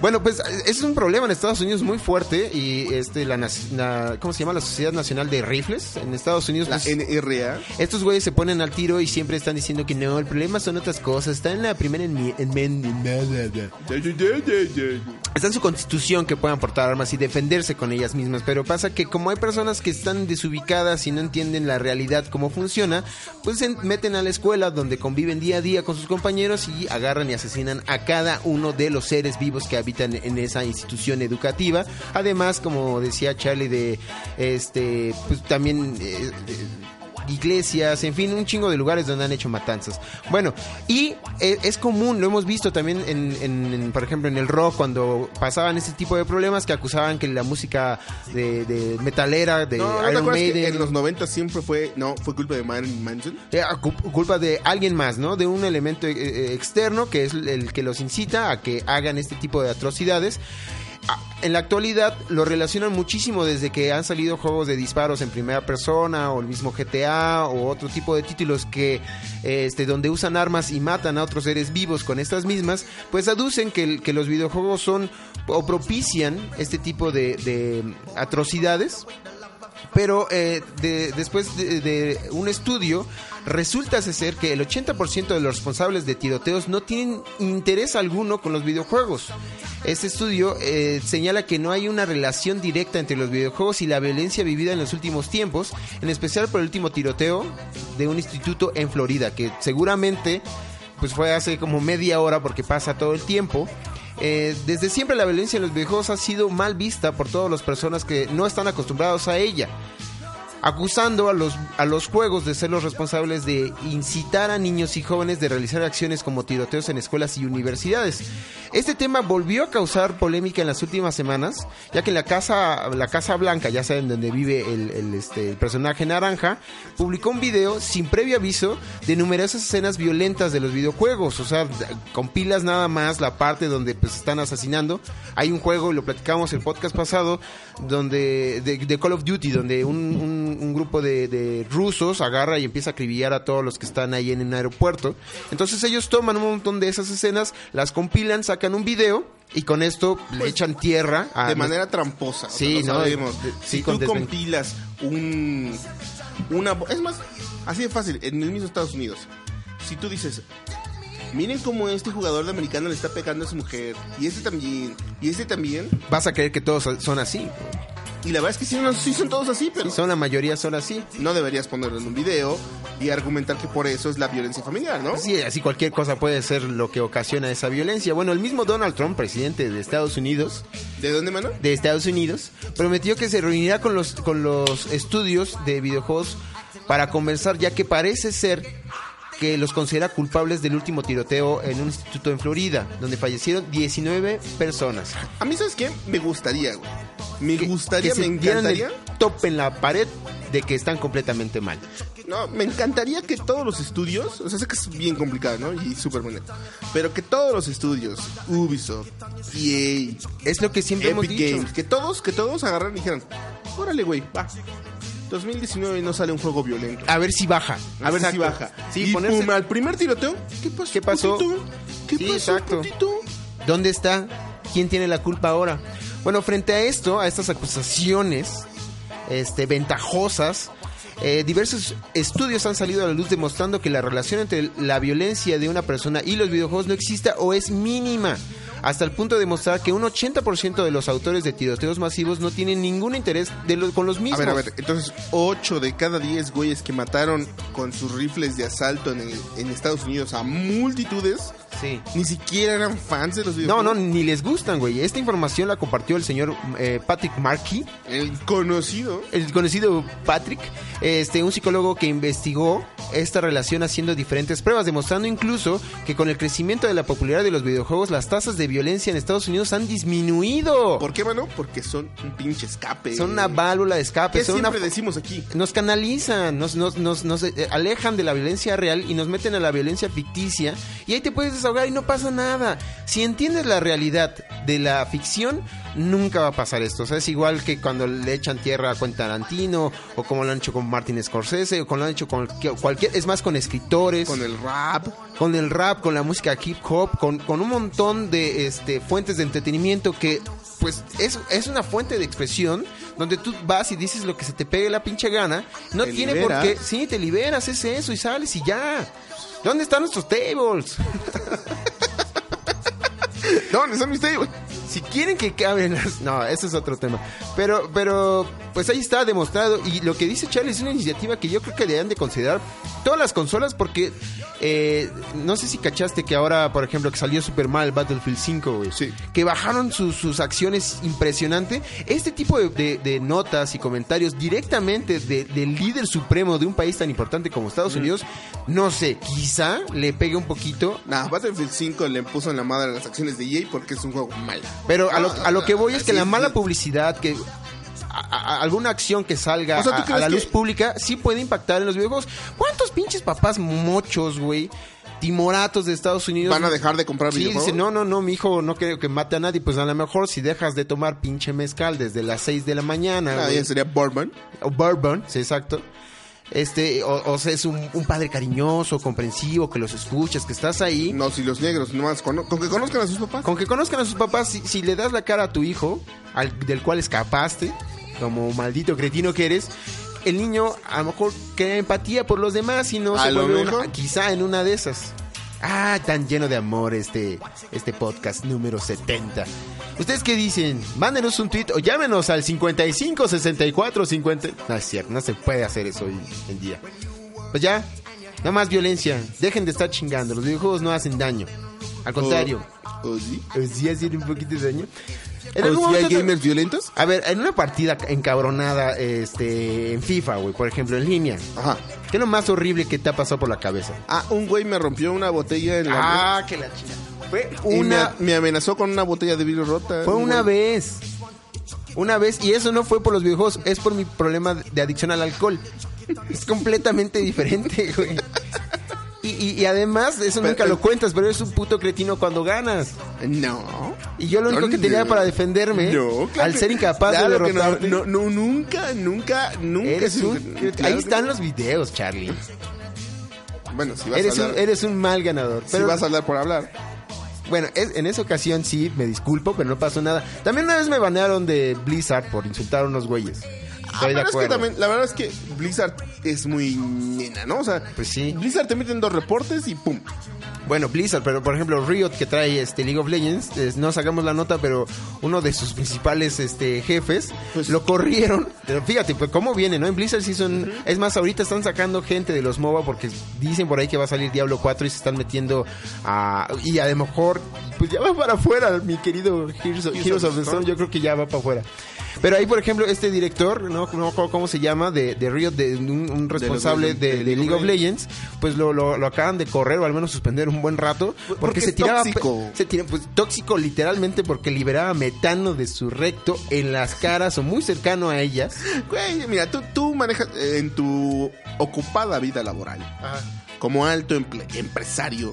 G: Bueno, pues es un problema en Estados Unidos muy fuerte y este la, nac- la- ¿cómo se llama? La Sociedad Nacional de Rifles en Estados Unidos
F: La
G: pues,
F: NRA.
G: estos güeyes se ponen al tiro y siempre están diciendo que no, el problema son otras cosas, está en la primera enmi- enmienda. Está en su constitución que puedan portar armas y defenderse con ellas mismas, pero pasa que como hay personas que están desubicadas y no entienden la realidad cómo funciona, pues se meten a la escuela donde conviven día a día con sus compañeros y agarran y asesinan a cada uno de los seres vivos que habitan en esa institución educativa. Además, como decía Charlie de este, pues también eh, eh, iglesias, en fin, un chingo de lugares donde han hecho matanzas. Bueno, y eh, es común, lo hemos visto también en, en- en, por ejemplo, en el rock, cuando pasaban este tipo de problemas que acusaban que la música de, de metalera, de
F: No, ¿no te
G: Iron
F: acuerdas que
G: Maiden,
F: en los 90 siempre fue... No, fue culpa de Marilyn Manson.
G: era eh, cu- culpa de alguien más, ¿no? De un elemento eh, eh, externo que es el que los incita a que hagan este tipo de atrocidades. Ah, En la actualidad lo relacionan muchísimo desde que han salido juegos de disparos en primera persona o el mismo GTA o otro tipo de títulos que este donde usan armas y matan a otros seres vivos con estas mismas, pues aducen que, el- que los videojuegos son o propician este tipo de- de atrocidades pero eh, de- después de, de un estudio, resulta ser que el 80% de los responsables de tiroteos no tienen interés alguno con los videojuegos. Este estudio eh, señala que no hay una relación directa entre los videojuegos y la violencia vivida en los últimos tiempos, en especial por el último tiroteo de un instituto en Florida, que seguramente pues fue hace como media hora porque pasa todo el tiempo. Eh, desde siempre la violencia en los videojuegos ha sido mal vista por todas las personas que no están acostumbrados a ella, acusando a los, a los juegos de ser los responsables de incitar a niños y jóvenes de realizar acciones como tiroteos en escuelas y universidades. Este tema volvió a causar polémica en las últimas semanas, ya que en la Casa, la casa Blanca, ya saben donde vive el, el, este, el personaje naranja, publicó un video sin previo aviso de numerosas escenas violentas de los videojuegos. O sea, compilas nada más la parte donde pues están asesinando. Hay un juego, y lo platicamos el podcast pasado, donde de, de Call of Duty, donde un, un- un grupo de, de rusos agarra y empieza a acribillar a todos los que están ahí en un aeropuerto. Entonces ellos toman un montón de esas escenas, las compilan, sacan un video y con esto le echan tierra a
F: Pues, de manera tramposa. o sea,
G: Ah, Sí,
F: lo
G: ¿no?
F: sabemos.
G: De- de- sí,
F: si
G: con
F: tú
G: desven-
F: compilas un. Una, bo- es más, así de fácil, en el mismo Estados Unidos. Si tú dices, miren cómo este jugador de americano le está pegando a su mujer, y este también, y este también,
G: vas a creer que todos son así.
F: y la verdad es que sí, no- sí son todos así, pero
G: Son la mayoría son así.
F: no deberías ponerlo en un video y argumentar que por eso es la violencia familiar, ¿no?
G: Así, así cualquier cosa puede ser lo que ocasiona esa violencia. Bueno, el mismo Donald Trump, presidente de Estados Unidos,
F: ¿De dónde, mano?
G: de Estados Unidos, prometió que se reunirá con los con los estudios de videojuegos para conversar, ya que parece ser que los considera culpables del último tiroteo en un instituto en Florida, donde fallecieron 19 personas.
F: A mí, ¿sabes qué? Me gustaría, güey. Me
G: Que-
F: Ah, gustaría,
G: que
F: me
G: se dieran
F: encantaría.
G: el top en la pared de que están completamente mal.
F: No, me encantaría que todos los estudios, o sea, sé que es bien complicado, ¿no? Y súper bueno. Pero que todos los estudios, Ubisoft, EA,
G: Es lo que siempre hemos
F: Epic
G: dicho.
F: Games, que todos, que todos agarraran y dijeran, órale, güey, va. 2019 no sale un juego violento.
G: A ver si baja.
F: A ver si
G: Exacto.
F: baja.
G: Sí,
F: y
G: ponerse-
F: pum, al primer tiroteo, ¿qué pasó?
G: ¿Qué pasó?
F: putito? ¿Qué
G: Sí,
F: pasó,
G: exacto.
F: putito?
G: ¿Dónde está? ¿Quién tiene la culpa ahora? Bueno, frente a esto, a estas acusaciones este, ventajosas, eh, diversos estudios han salido a la luz demostrando que la relación entre la violencia de una persona y los videojuegos no exista o es mínima, hasta el punto de mostrar que un 80% de los autores de tiroteos masivos no tienen ningún interés de los- con los
F: A
G: mismos.
F: ver, a ver, entonces 8 de cada 10 güeyes que mataron con sus rifles de asalto en, el- en Estados Unidos a multitudes
G: Sí.
F: Ni siquiera eran fans de los
G: No,
F: videojuegos.
G: no, ni les gustan, güey. Esta información la compartió el señor eh, Patrick Markey,
F: El conocido.
G: el conocido Patrick, este, un psicólogo que investigó esta relación haciendo diferentes pruebas, demostrando incluso que con el crecimiento de la popularidad de los videojuegos, las tasas de violencia en Estados Unidos han disminuido.
F: ¿Por qué, mano? Porque son un pinche escape.
G: Son una válvula de escape,
F: ¿Qué
G: son una
F: siempre decimos aquí?
G: nos canalizan, nos, nos, nos, nos, eh, alejan de la violencia real y nos meten a la violencia ficticia y ahí te puedes desahogar y no pasa nada. Si entiendes la realidad de la ficción, nunca va a pasar esto. O sea, es igual que cuando le echan tierra con Tarantino o como lo han hecho con Martin Scorsese o como lo han hecho con cualquier, es más con escritores
F: Con el rap.
G: con el rap, con la música hip hop, con, con un montón de este, fuentes de entretenimiento que pues es, es una fuente de expresión donde tú vas y dices lo que se te pegue la pinche gana. No
F: Te
G: tiene
F: liberas.
G: por qué. Sí, te liberas, es eso y sales y ya. ¿Dónde están nuestros tables?
F: ¿Dónde son mis tables?
G: Si quieren que caben las... No, ese es otro tema. Pero, pero, pues ahí está demostrado. Y lo que dice Charlie es una iniciativa que yo creo que deberían de considerar todas las consolas porque... eh, no sé si cachaste que ahora, por ejemplo, que salió super mal Battlefield 5, güey.
F: Sí.
G: Que bajaron sus, sus acciones impresionante. Este tipo de, de- de notas y comentarios directamente de- del líder supremo de un país tan importante como Estados Unidos, no sé, quizá le pegue un poquito
F: Nah, Battlefield 5 le puso en la madre a las acciones de EA porque es un juego malo.
G: Pero a lo, a lo que voy es que
F: Así
G: la mala
F: sí.
G: publicidad, que a- a- alguna acción que salga
F: O sea, ¿tú
G: a- a,
F: crees
G: la
F: que-
G: luz pública, sí puede impactar en los videojuegos. ¿Cuántos pinches papás mochos, güey? Timoratos de Estados Unidos.
F: ¿Van a dejar de comprar
G: Sí,
F: videojuegos?
G: dice, no, no, no, mi hijo no creo que mate a nadie. Pues a lo mejor si dejas de tomar pinche mezcal desde las 6 de la mañana,
F: Ah,
G: güey,
F: ya sería Bourbon.
G: o bourbon, sí, exacto. Este, o, o sea, es un, un padre cariñoso, comprensivo, que los escuchas, que estás ahí.
F: No, si los negros, nomás cono- con que conozcan a sus papás.
G: Con que conozcan a sus papás, si, si le das la cara a tu hijo, al- del cual escapaste, como maldito cretino que eres, el niño a lo mejor crea empatía por los demás y no
F: A
G: se
F: lo
G: vuelve una-
F: mejor.
G: quizá en una de esas. Ah, tan lleno de amor este, este podcast número 70. ¿Ustedes qué dicen? Mándenos un tweet o llámenos al 55 64 50. No es cierto, no se puede hacer eso hoy en día. Pues ya, no más violencia. Dejen de estar chingando. Los videojuegos no hacen daño. Al contrario.
F: O- o Oh, sí.
G: O Pues sí hacen un poquito de daño. En
F: ¿O
G: algún
F: sí hay
G: momento-
F: gamers violentos?
G: A ver, en una partida encabronada este, en FIFA, güey, por ejemplo, en línea,
F: Ajá.
G: ¿qué es lo más horrible que te ha pasado por la cabeza?
F: Ah, un güey me rompió una botella en la...
G: Ah, que la chingada. Fue
F: y me
G: una,
F: a- me, amenazó con una botella de vidrio rota.
G: fue
F: Un
G: una
F: güey.
G: vez. Una vez, y eso no fue por los videojuegos, es por mi problema de adicción al alcohol. Es completamente diferente, *laughs* güey. Y, y- y además, eso
F: Pero-
G: nunca lo cuentas, pero eres un puto cretino cuando ganas.
F: No.
G: Y yo lo único que tenía
F: No.
G: para defenderme,
F: No, claro
G: al
F: que-
G: ser incapaz de
F: claro que no.
G: derrotarte,
F: No, no, nunca, nunca, nunca.
G: Eres
F: se-
G: un-
F: claro que
G: ahí
F: no.
G: están los videos, Charlie.
F: Bueno, si vas
G: Eres
F: a
G: un,
F: hablar,
G: eres un mal ganador.
F: si
G: Pero,
F: vas a hablar por hablar.
G: Bueno, es- en esa ocasión sí, me disculpo, pero no pasó nada. También una vez me banearon de Blizzard por insultar a unos güeyes.
F: Ah,
G: Estoy
F: pero es
G: de
F: que
G: acuerdo.
F: también, la verdad es que Blizzard es muy nena, ¿no? O sea,
G: Pues sí.
F: Blizzard te meten dos reportes y pum.
G: Bueno, Blizzard, pero por ejemplo Riot que trae este League of Legends, es- no sacamos la nota, pero uno de sus principales este jefes
F: Pues-
G: lo corrieron. *laughs* Pero fíjate, pues cómo viene, ¿no? En Blizzard sí son, es más ahorita están sacando gente de los MOBA porque dicen por ahí que va a salir Diablo 4 y se están metiendo a y a lo mejor pues ya va para afuera, mi querido Heroes of, Heroes of the Storm, yo creo que ya va para afuera. Pero ahí, por ejemplo, este director, no, no me acuerdo cómo se llama, de, de Riot, de, un, un responsable
F: de-
G: de,
F: de
G: de League of Legends, pues lo, lo, lo acaban de correr o al menos suspender un buen rato porque,
F: Pues, Porque
G: se
F: es
G: tiraba
F: tóxico.
G: se tira- pues, tóxico literalmente porque liberaba metano de su recto en las caras o muy cercano a ellas.
F: Güey, mira, tú, tú manejas eh, en tu ocupada vida laboral, como alto emple- empresario,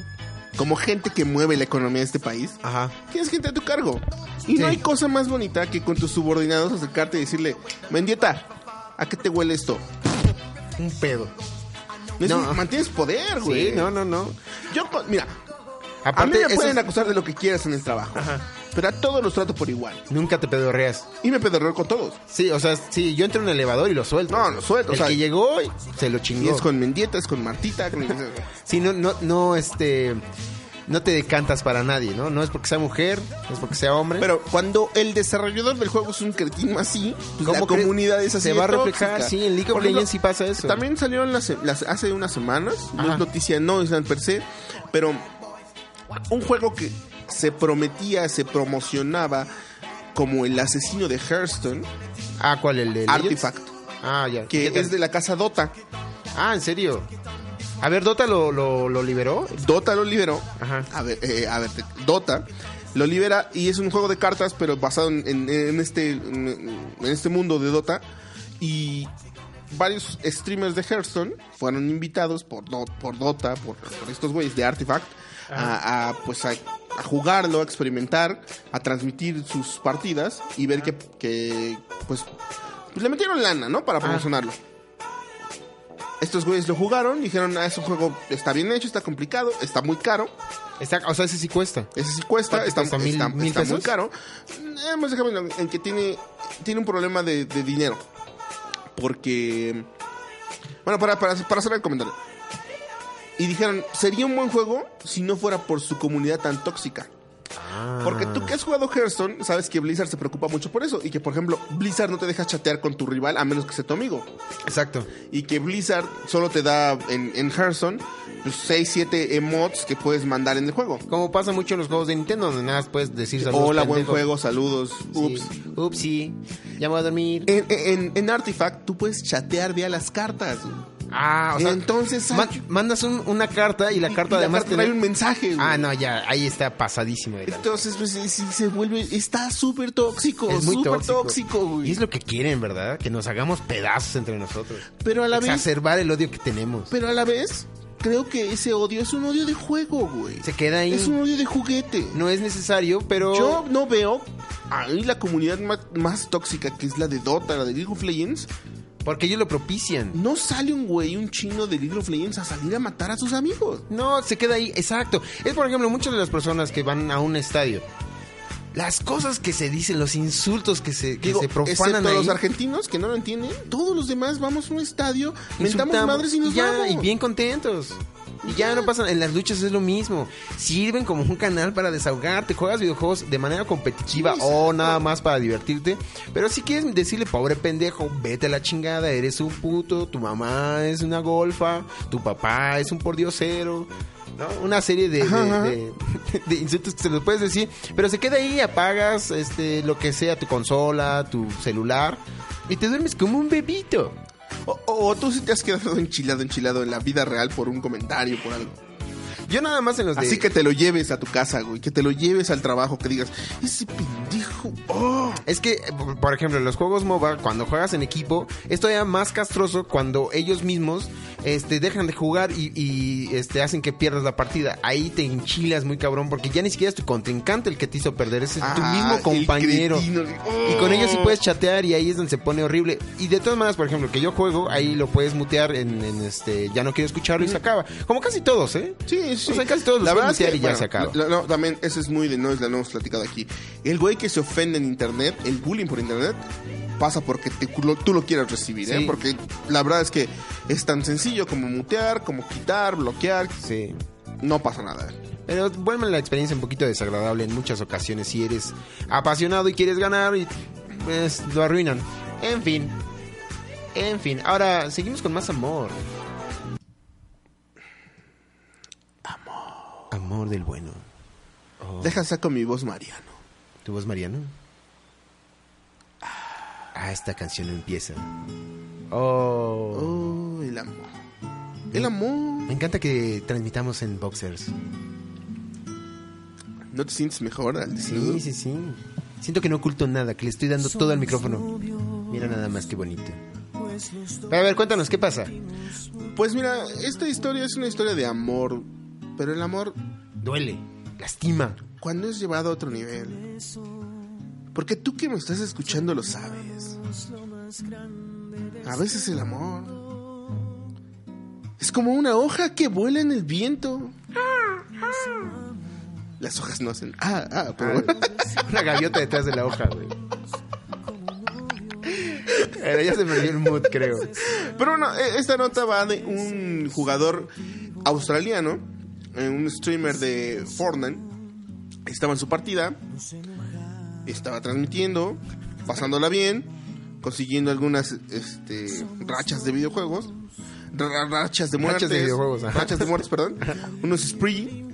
F: como gente que mueve la economía de este país,
G: Ajá.
F: tienes gente a tu cargo. Y
G: Sí.
F: no hay cosa más bonita que con tus subordinados acercarte y decirle, Mendieta, ¿a qué te huele esto?
G: Un pedo.
F: No es
G: No.
F: un- mantienes poder, güey.
G: Sí, no, no, no.
F: Yo, con- mira, a mí
G: Aparte,
F: me
G: eso
F: pueden
G: es-
F: acusar de lo que quieras en el trabajo, pero a todos los trato por igual.
G: nunca te pedorreas.
F: Y me pedorreo con todos.
G: Sí, o sea, sí, yo entro en el elevador y lo suelto.
F: No, lo suelto,
G: El
F: o sea-
G: que llegó se lo
F: Y
G: chingó.
F: es con Mendieta, es con Martita.
G: *laughs*
F: Con...
G: Sí, no, no, no, este, no te decantas para nadie, ¿no? No es porque sea mujer, no es porque sea hombre.
F: Pero cuando el desarrollador del juego es un cretino así, pues
G: ¿Cómo
F: la
G: crees?
F: comunidad es así.
G: Se
F: de
G: va a reflejar,
F: tóxica.
G: sí, en League of
F: Por ejemplo,
G: Legends sí pasa eso.
F: También salieron las, las- hace unas semanas, no
G: Ajá.
F: es noticia no Island per se, pero un juego que se prometía, se promocionaba como el asesino de Hearthstone,
G: Ah, ¿cuál? ¿El de Legends?
F: Artifact,
G: Ah, ya.
F: que
G: ¿Qué tal?
F: es de la casa Dota.
G: Ah, ¿en serio? A ver, ¿Dota lo, lo, lo liberó?
F: Dota lo liberó.
G: Ajá.
F: A ver, eh, a ver, Dota lo libera y es un juego de cartas, pero basado en, en- en este, en este mundo de Dota. Y varios streamers de Hearthstone fueron invitados por, Do- por Dota, por, por estos güeyes de Artifact, a, a, pues a, a jugarlo, a experimentar, a transmitir sus partidas y ver que, que, pues, pues le metieron lana, ¿no? Para promocionarlo. Estos güeyes lo jugaron, dijeron, ah, es un juego, está bien hecho, está complicado, está muy caro.
G: Está, o sea, ese sí cuesta.
F: Ese sí cuesta,
G: ¿Cuánto
F: está,
G: cuesta? ¿Mil-
F: está-
G: mil
F: está muy
G: pesos?
F: caro. Eh, pues déjame en- en que tiene, tiene un problema de, de dinero. Porque. Bueno, para, para, para hacer el comentario. Y dijeron, sería un buen juego si no fuera por su comunidad tan tóxica. Ah. Porque tú
G: Ah.
F: que has jugado Hearthstone, sabes que Blizzard se preocupa mucho por eso. Y que, por ejemplo, Blizzard no te deja chatear con tu rival a menos que sea tu amigo
G: Exacto.
F: y que Blizzard solo te da en, en Hearthstone 6, 7 emotes que puedes mandar en el juego.
G: Como pasa mucho en los juegos de Nintendo, donde nada más puedes decir saludos.
F: Hola, buen
G: pendejo.
F: juego, saludos, ups. Eh,
G: Sí. Ups, sí. Ya me voy a dormir.
F: En, en, en Artifact tú puedes chatear vía las cartas. güey.
G: ah, o sea,
F: Entonces,
G: ma-
F: ay,
G: mandas un- una carta y la
F: y- y
G: carta
F: la
G: además
F: carta
G: te-
F: trae un mensaje. güey.
G: Ah, no, ya, ahí está pasadísimo. de lanza.
F: Entonces, pues sí, sí, se vuelve. Está súper tóxico,
G: Es muy
F: súper
G: tóxico.
F: tóxico, güey.
G: Y es lo que quieren, ¿verdad? Que nos hagamos pedazos entre nosotros.
F: Pero a la vez,
G: Exacerbar el odio que tenemos.
F: pero a la vez, creo que ese odio es un odio de juego, güey.
G: Se queda ahí.
F: Es un odio de juguete.
G: No es necesario, pero.
F: Yo no veo ahí la comunidad más, más tóxica que es la de Dota, la de League of Legends.
G: Porque ellos lo propician.
F: No sale un güey, un chino de League of Legends a salir a matar a sus amigos.
G: Pues, No, se queda ahí. Exacto. Es, por ejemplo, muchas de las personas que van a un estadio. Las cosas que se dicen, los insultos que se, que
F: Digo,
G: se profanan
F: excepto
G: ahí.
F: los argentinos que no lo entienden. Todos los demás vamos a un estadio, mentamos
G: insultamos,
F: madres y nos
G: ya,
F: vamos.
G: Y bien contentos. Y ya no pasan, en las luchas es lo mismo. Sirven como un canal para desahogarte. Juegas videojuegos de manera competitiva
F: Sí,
G: o nada más para divertirte. Pero si quieres decirle, pobre pendejo, vete a la chingada, eres un puto, tu mamá es una golfa, tu papá es un pordiosero. ¿no? Una serie de,
F: Ajá,
G: de-
F: ajá.
G: de- *laughs* de insultos que se los puedes decir. Pero se queda ahí, apagas este, lo que sea, tu consola, tu celular. Y te duermes como un bebito.
F: O, o tú sí te has quedado enchilado, enchilado en la vida real por un comentario, por algo.
G: Yo nada más en los de-
F: Así que te lo lleves a tu casa, güey. Que te lo lleves al trabajo, que digas, ese pendejo. oh".
G: Es que, eh, por- por ejemplo, en los juegos MOBA, cuando juegas en equipo, es todavía más castroso cuando ellos mismos este, dejan de jugar y, y, este, hacen que pierdas la partida. Ahí te enchilas muy cabrón porque ya ni siquiera es tu contrincante el que te hizo perder, es tu
F: Ah,
G: mismo
F: el
G: compañero.
F: cretino, sí.
G: Y con ellos sí
F: Oh.
G: puedes chatear y ahí es donde se pone horrible. Y de todas maneras, por ejemplo, que yo juego, ahí lo puedes mutear en, en, este, ya no quiero escucharlo y se acaba. Como casi todos, ¿eh?
F: Sí, sí.
G: O sea, casi todos los pueden mutear y ya
F: bueno,
G: se acaba.
F: la- no, también, eso es muy de noise, la hemos platicado aquí. El güey que se ofende en internet, el bullying por internet, pasa porque te- lo- tú lo quieras recibir, ¿eh?
G: Sí.
F: Porque la verdad es que es tan sencillo como mutear, como quitar, bloquear,
G: Sí.
F: no pasa nada.
G: Pero vuelve la experiencia un poquito desagradable en muchas ocasiones si eres apasionado y quieres ganar y pues, lo arruinan. En fin. En fin. Ahora seguimos con más amor. Amor. Amor del bueno.
F: Deja saco mi voz Mariano.
G: ¿Tu voz, Mariano? Ah, esta canción no empieza. Oh.
F: Oh, el amor. El amor.
G: Me encanta que transmitamos en boxers.
F: ¿No te sientes mejor al desnudo?
G: Sí, sí, sí. Siento que no oculto nada, que le estoy dando todo al micrófono. Mira nada más qué bonito. Pero a ver, cuéntanos, ¿qué pasa?
F: Pues mira, esta historia es una historia de amor, pero el amor
G: Duele, lastima. *laughs*
F: cuando es llevado a otro nivel. Porque tú que me estás escuchando lo sabes. A veces el amor es como una hoja que vuela en el viento. Las hojas no hacen. Ah, ah, pero bueno.
G: Una gaviota detrás de la hoja, güey. Pero ya se perdió el mood, creo.
F: Pero bueno, e- esta nota va de un jugador australiano, eh, un streamer de Fortnite. Estaba en su partida, estaba transmitiendo, pasándola bien, consiguiendo algunas este, rachas de videojuegos, ra- ra- rachas de muertes,
G: Rachas de videojuegos, ajá.
F: rachas de muertes, perdón, unos spree.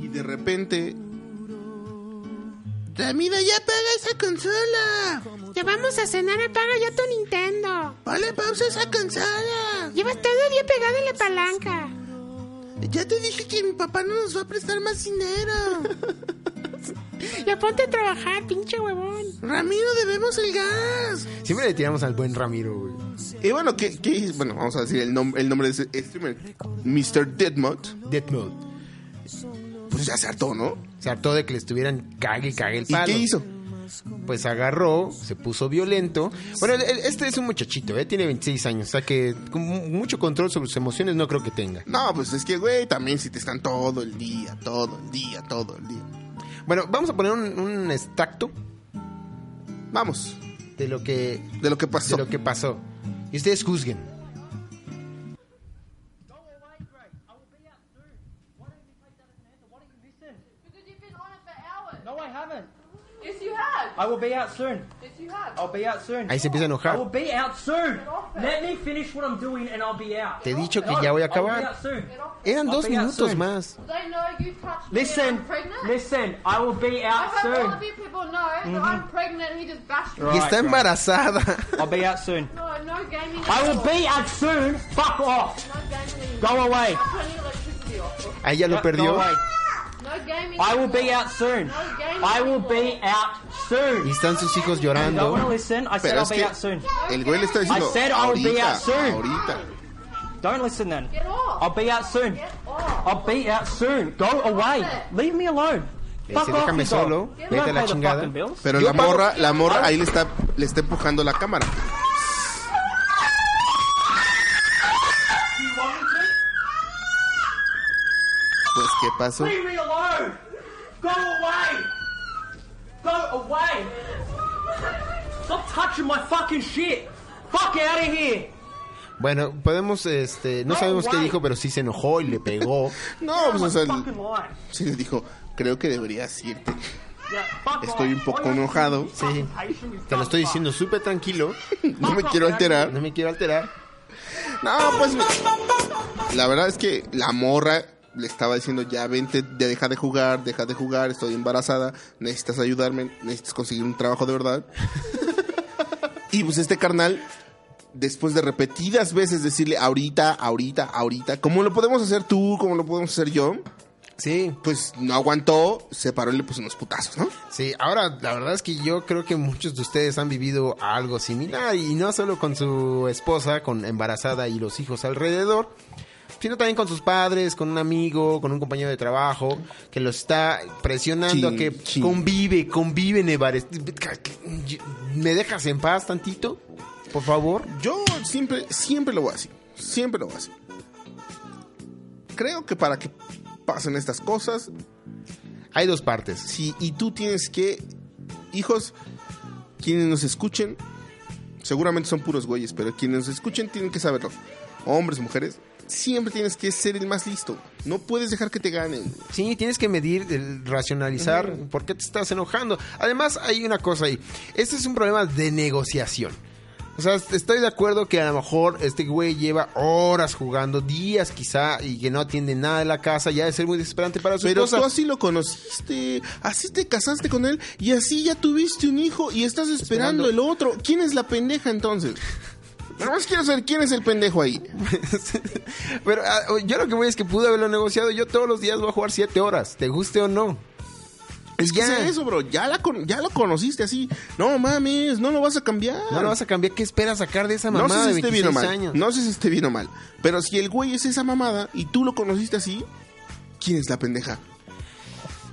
F: Y de repente... Ramiro, ya apaga esa consola.
I: Ya vamos a cenar, apaga ya tu Nintendo.
F: Ponle pausa a esa consola.
I: Llevas todo el día pegado en la palanca.
F: Ya te dije que mi papá no nos va a prestar más dinero.
I: Ya ponte a trabajar, pinche huevón.
F: Ramiro, debemos el gas.
G: Siempre le tiramos al buen Ramiro, güey.
F: Y bueno, ¿qué, qué- bueno, vamos a decir el, nom- el nombre de ese streamer. Mr. Deadmot.
G: Deathmode.
F: Pues ya se hartó, ¿no?
G: Se hartó de que le estuvieran cague y cague el
F: ¿Y
G: palo.
F: qué hizo?
G: Pues agarró, se puso violento. Bueno, el- el- este es un muchachito, ¿eh? Tiene 26 años, o sea que con mu- mucho control sobre sus emociones no creo que tenga.
F: No, pues es que, güey, también si te están todo el día, todo el día, todo el día.
G: Bueno, vamos a poner un, un extracto
F: Vamos,
G: de lo que
F: de lo que
G: de
F: pasó.
G: lo que pasó. Y ustedes juzguen.
J: Because you've been on it for hours. No, I haven't. Yes, you have. I will be out soon. Yes, you have. I'll be out soon.
G: Ahí se empieza a
J: I will
G: enojar.
J: be out soon. Let me finish what I'm doing and I'll be out.
G: Te he dicho que ya voy a
J: I'll be
G: acabar.
J: out soon.
G: Eran
J: I'll
G: dos
J: be out
G: minutos
J: soon.
G: más.
K: They know you touched me and
J: Listen,
K: I'm pregnant.
J: listen, I will be
K: I
J: out
K: hope all of
J: soon.
K: you people know that I'm pregnant. He just bashed me.
J: Right,
F: Y está
J: right.
F: embarazada.
J: I'll be out soon.
K: No, no gaming.
J: I will
K: anymore.
J: be out soon. Fuck off.
K: No gaming anymore.
J: Go away.
K: I'm turning electricity off.
G: Ahí ya lo
J: Go-
G: perdió.
J: Go away.
K: No gaming.
J: I will be
K: anymore.
J: out soon.
K: No gaming.
J: I will be
K: anymore.
J: out
G: Y
J: soon.
G: están sus hijos
J: You don't want to
G: llorando.
J: listen. I said
F: Pero
J: I'll
F: es
J: be
F: que
J: out soon.
F: el güey le está diciendo.
J: I said I will be
F: "Ahorita,
J: out soon."
F: Ahorita.
J: Don't listen then.
K: Get off.
J: I'll be out soon.
K: Get off.
J: I'll be out soon. Go away. Leave me alone.
G: Le
J: Fuck
G: dice,
J: off,
G: déjame
J: you dog.
G: solo,
J: You
G: vete
J: don't
G: a la
J: pay the
G: chingada.
J: fucking bills.
F: Pero la morra, la morra ahí le está, le está empujando la cámara. Pues, ¿qué pasó?
J: Leave me alone. Go away. Go away. Stop touching my fucking shit. Fuck out of here.
G: Bueno, podemos, este, no
J: No,
G: sabemos qué
J: guay.
G: dijo, pero sí se enojó y le pegó.
F: No, pues, o sea,
J: fucking life.
F: sí le dijo, creo que deberías irte. *laughs*
J: Yeah, fuck
F: Estoy un
J: off.
F: poco
J: All your
F: enojado.
G: Sí.
J: patient is
G: Te lo
J: dumb
G: estoy
J: fuck.
G: diciendo súper tranquilo.
F: No me quiero alterar.
G: No me quiero alterar.
F: No, pues. me- La verdad es que la morra le estaba diciendo: Ya vente, ya deja de jugar, deja de jugar, estoy embarazada, necesitas ayudarme, necesitas conseguir un trabajo de verdad. y pues este carnal, después de repetidas veces decirle: Ahorita, ahorita, ahorita, como lo podemos hacer tú, como lo podemos hacer yo,
G: Sí,
F: pues no aguantó, se paró y le puso unos putazos, ¿no?
G: sí. Ahora, la verdad es que yo creo que muchos de ustedes han vivido algo similar y no solo con su esposa, con embarazada y los hijos alrededor, sino también con sus padres, con un amigo, con un compañero de trabajo que lo está presionando
F: Sí,
G: a que
F: sí.
G: convive, convive, Nevares. ¿Me dejas en paz tantito? Por favor.
F: Yo siempre, siempre lo voy así. Siempre lo voy así. Creo que para que pasen estas cosas,
G: Hay dos partes.
F: si y tú tienes que hijos quienes nos escuchen seguramente son puros güeyes pero quienes nos escuchen tienen que saberlo hombres mujeres siempre tienes que ser el más listo no puedes dejar que te ganen
G: Sí, tienes que medir, el racionalizar por qué te estás enojando. Además, hay una cosa ahí. Este es un problema de negociación. O sea, est- estoy de acuerdo que a lo mejor este güey lleva horas jugando, días quizá, y que no atiende nada de la casa. Ya debe ser muy desesperante para su
F: pero tú
G: esposa.
F: así lo conociste así te casaste con él y así ya tuviste un hijo y estás esperando,
G: Esperando.
F: el otro quién es la pendeja entonces Nada más quiero saber quién es el pendejo ahí.
G: *laughs* Pero ah, yo lo que voy es que pude haberlo negociado. Yo todos los días voy a jugar siete horas, te guste o no.
F: Es que
G: Ya.
F: es eso, bro. Ya, la con- ya lo conociste así. No mames, no lo vas a cambiar.
G: No lo vas a cambiar. ¿Qué esperas sacar de esa
F: No
G: mamada
F: sé si
G: de
F: esté bien o
G: 26
F: mal.
G: años?
F: No sé si esté bien o mal. Pero si el güey es esa mamada y tú lo conociste así, ¿quién es la pendeja?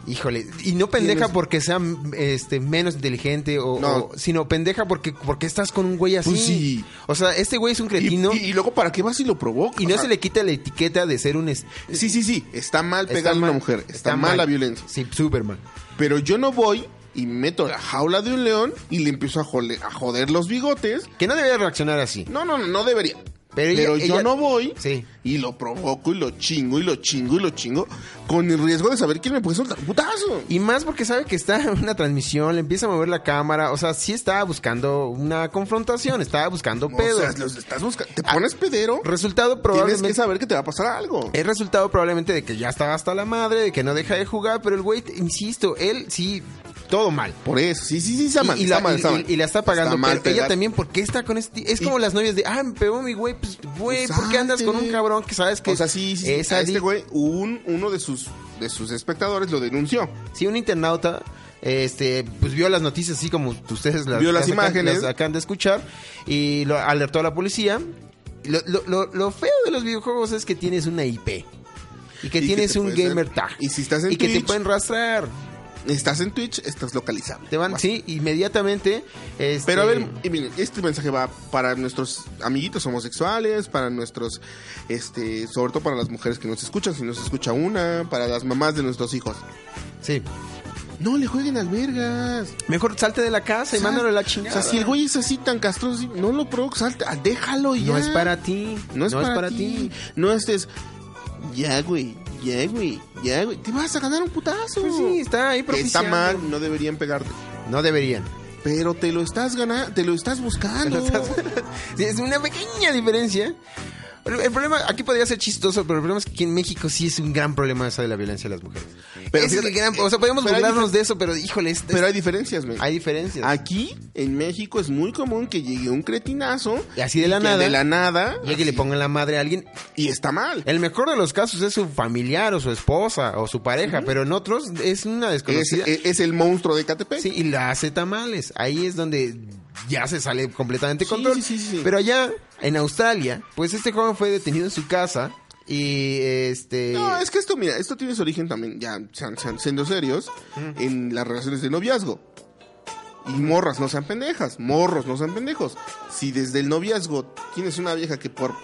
G: Híjole, y no pendeja porque sea mm, este menos inteligente o,
F: No.
G: o- sino pendeja porque porque estás con un güey así.
F: Pues sí.
G: O sea, este güey es un
F: Y,
G: cretino
F: y-
G: y,
F: y luego, ¿para qué vas y lo provocas?
G: no
F: O sea,
G: se le quita la etiqueta de ser un es-
F: Sí, sí, sí. Está mal
G: está
F: pegarle a una
G: mal,
F: mujer. Está, mal, la violencia.
G: Sí, Superman.
F: Pero yo no voy y me meto a la jaula de un león y le empiezo a, jole- a joder los bigotes.
G: Que no debería reaccionar así.
F: No, no, no debería.
G: Pero, ella-
F: yo
G: ella-
F: no voy
G: Sí.
F: y lo provoco y lo chingo y lo chingo y lo chingo con el riesgo de saber quién me puede soltar un putazo.
G: Y más porque sabe que está en una transmisión, le empieza a mover la cámara. O sea, sí estaba buscando una confrontación, estaba buscando
F: O
G: pedos.
F: sea, los estás buscando. Te pones pedero.
G: Resultado
F: Tienes
G: probablemente. Eh,
F: que saber que te va a pasar algo.
G: El resultado probablemente de que ya estaba hasta la madre, de que no deja de jugar, pero el güey, insisto, él sí, todo mal.
F: Por eso, sí, sí, sí, está mal,
G: Y, y
F: está
G: la,
F: mal,
G: y-
F: está mal.
G: y- y la está pagando,
F: Está mal
G: pero ella
F: pegar.
G: también, ¿por qué está con este? Es como las novias de, ah, me pegó mi güey, pues, güey, ¿por qué andas con un cabrón que sabes que
F: O sea, sí, sí, sí,
G: es
F: a este
G: adic-
F: güey, un, uno de sus, de sus espectadores lo denunció.
G: Sí, un internauta, este, pues vio las noticias así como ustedes las,
F: Vio las
G: acaban-
F: imágenes.
G: las acaban de escuchar y lo alertó a la policía. Lo, lo- lo- lo feo de los videojuegos es que tienes una IP
F: Y
G: y que
F: que
G: tienes
F: te
G: un
F: puedes-
G: gamer tag
F: Y si estás en
G: y que te
F: Twitch,
G: pueden rastrear.
F: estás en Twitch, estás localizable.
G: Te van, sí, inmediatamente. este-
F: Pero a ver, y miren, este mensaje va para nuestros amiguitos homosexuales, para nuestros, este, sobre todo para las mujeres que nos escuchan, si nos escucha una, para las mamás de nuestros hijos.
G: Sí.
F: No le jueguen al vergas.
G: Mejor salte de la casa y mándalo a la
F: O
G: chingada.
F: sea, si el güey es así tan castroso, sí, no lo provoques, salte, ah, déjalo y ya.
G: No es para ti.
F: No es para, ti. No estés, ya güey, ya güey, ya güey, te vas a ganar un putazo.
G: Pues sí, está ahí
F: Que está
G: propiciando.
F: mal, no deberían pegarte.
G: No deberían.
F: Pero te lo estás ganando, te lo estás buscando. *laughs*
G: Sí, es una pequeña diferencia. Pero El problema, aquí podría ser chistoso, pero el problema es que aquí en México sí es un gran problema eso de la violencia de las mujeres.
F: Pero
G: Pero es
F: fíjate, eh,
G: el gran- o sea, podemos
F: pero hay
G: burlarnos de eso, pero híjole, es-
F: Pero hay Ah, diferencias, men.
G: hay diferencias.
F: Aquí, en México, es muy común que llegue un cretinazo.
G: y así de la
F: que
G: nada,
F: De la nada.
G: llegue y le pongan la madre a alguien.
F: Y está mal.
G: El mejor de los casos es su familiar o su esposa o su pareja, pero en otros es una
F: Es, eh,
G: desconocida.
F: es- es el monstruo de Catepec.
G: Sí, y la hace tamales. Ahí es donde ya se sale completamente de
F: Sí,
G: control.
F: sí, sí, sí, sí.
G: Pero allá, en Australia, pues este joven fue detenido en su casa y este...
F: No, es que esto, mira, esto tiene su origen también, ya sean- sean- siendo serios, en las relaciones de noviazgo. Y morras no sean pendejas, morros no sean pendejos. Si desde el noviazgo tienes una vieja que por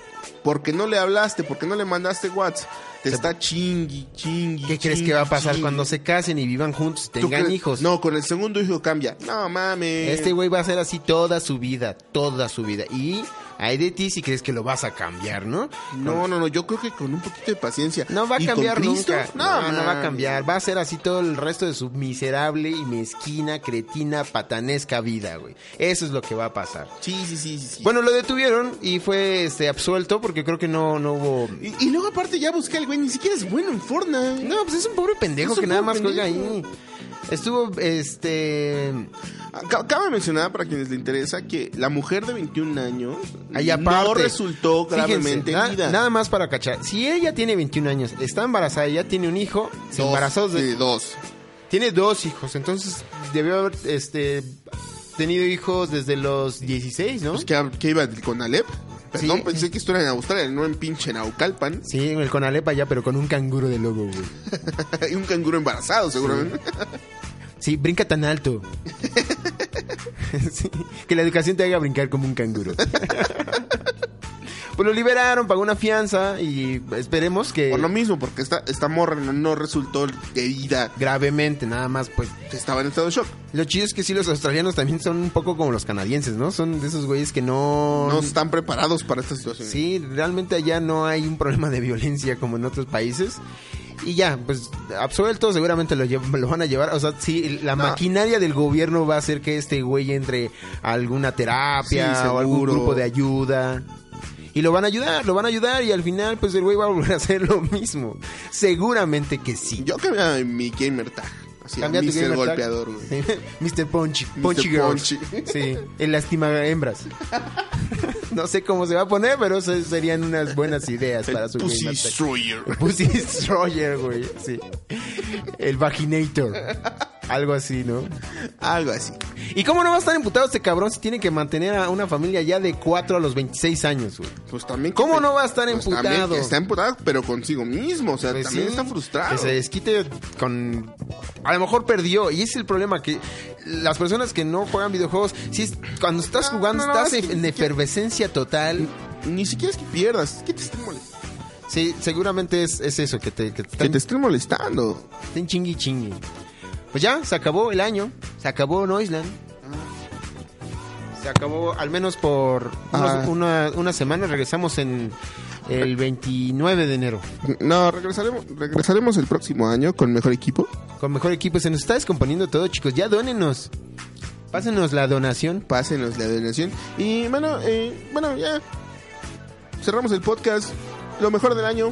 F: porque no le hablaste, porque no le mandaste WhatsApp, te está chingui, chingui.
G: ¿Qué crees
F: chingui,
G: que va a pasar
F: chingui?
G: cuando se casen y vivan juntos,
F: ¿Tú
G: tengan
F: crees?
G: hijos?
F: No, con el segundo hijo cambia. No mames.
G: Este güey va a ser así toda su vida, toda su vida. Y hay de ti si crees que lo vas a cambiar, ¿no?
F: No, no, no, yo creo que con un poquito de paciencia.
G: No va a
F: ¿Y con
G: cambiar
F: Cristo?
G: nunca.
F: No,
G: No, no, va a
F: mames.
G: cambiar. Va a ser así todo el resto de su miserable y mezquina, cretina, patanesca vida, güey. Eso es lo que va a pasar.
F: Sí, sí, sí, sí. sí.
G: Bueno, lo detuvieron y fue este absuelto porque creo que no, no hubo.
F: y, y luego aparte ya busqué al güey, ni siquiera es bueno en Fortnite.
G: No, pues es un pobre pendejo
F: Es un
G: que nada
F: pobre
G: más juega ahí.
F: pendejo.
G: Estuvo, este.
F: Acaba cabe mencionar para quienes le interesa que la mujer de 21 años
G: Ahí aparte.
F: no resultó gravemente
G: Fíjense, na-
F: herida.
G: Nada más para cachar. Si ella tiene 21 años, está embarazada, ya tiene un hijo, se
F: Dos,
G: embarazó de-
F: de dos.
G: Tiene dos hijos, entonces debió haber este, tenido hijos desde los 16, ¿no?
F: Pues que, que iba con Alep. Perdón,
G: Sí.
F: pensé que esto era en Australia, no en pinche Naucalpan. *laughs*
G: Sí, el Conalepa ya, pero con un canguro de logo, güey.
F: y un canguro embarazado, seguramente.
G: Sí, brinca tan alto. *laughs* Sí, que la educación te haga brincar como un canguro. pues lo liberaron, pagó una fianza y esperemos que
F: Por lo mismo, porque esta, esta morra no, no resultó herida.
G: gravemente, nada más, pues.
F: Estaba en estado de shock.
G: Lo chido es que sí, los australianos también son un poco como los canadienses, ¿no? Son de esos güeyes que no...
F: No están preparados para esta situación.
G: Sí, realmente allá no hay un problema de violencia como en otros países. Y ya, pues absuelto, seguramente lo, lle- lo van a llevar. O sea, sí, la maquinaria del gobierno va a hacer que este güey entre a alguna terapia
F: Sí,
G: o algún
F: seguro.
G: grupo de ayuda. Y lo van a ayudar, lo van a ayudar y al final pues el güey va a volver a hacer lo mismo. Seguramente que sí.
F: Yo cambiaba mi gamer tag. Así,
G: Cambia tu
F: Mr.
G: gamer tag.
F: golpeador, güey.
G: *laughs* Mr. Punchy,
F: Mr.
G: Punchy Girl.
F: Punchy.
G: Sí, el lastima
F: *laughs*
G: hembras. No sé cómo se va a poner, pero eso serían unas buenas ideas para su
F: Pussy
G: Game Attack.
F: Destroyer.
G: Pussy Destroyer, güey. Sí. El Vaginator. Algo así, ¿no?
F: Algo así.
G: ¿Y cómo no va a estar imputado este cabrón si tiene que mantener a una familia ya de 4 a los 26 años, güey?
F: Pues también.
G: ¿Cómo no va a estar
F: Pues
G: emputado?
F: también está emputado, pero consigo mismo. O sea,
G: Pues
F: también
G: sí,
F: está frustrado.
G: Que se desquite con... A lo mejor perdió. Y es el problema que las personas que no juegan videojuegos, si es- cuando estás
F: No,
G: jugando
F: no, no,
G: estás
F: es que-
G: en efervescencia total.
F: Ni siquiera es que pierdas. Es que te estén molestando.
G: Sí, seguramente es, es eso, que te, que te
F: Que
G: están,
F: te estén molestando.
G: estén chingui chingui. Pues ya, se acabó el año. Se acabó Noisland. Se acabó al menos por unos-
F: Ah.
G: una, una semana. Regresamos en el 29 de enero.
F: No, regresaremos, regresaremos el próximo año con mejor equipo.
G: Con mejor equipo. Se nos está descomponiendo todo, chicos. Ya dónenos. Pásenos la donación.
F: Pásenos la donación. Y bueno, eh, bueno, ya. Cerramos el podcast. Lo mejor del año.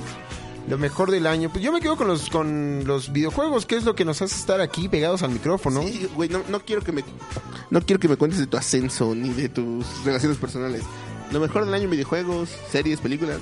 G: Lo mejor del año. Pues yo me quedo con los con los videojuegos, que es lo que nos hace estar aquí pegados al micrófono.
F: Sí, güey, no, no quiero que me no quiero que me cuentes de tu ascenso ni de tus relaciones personales. Lo mejor del año videojuegos, series, películas.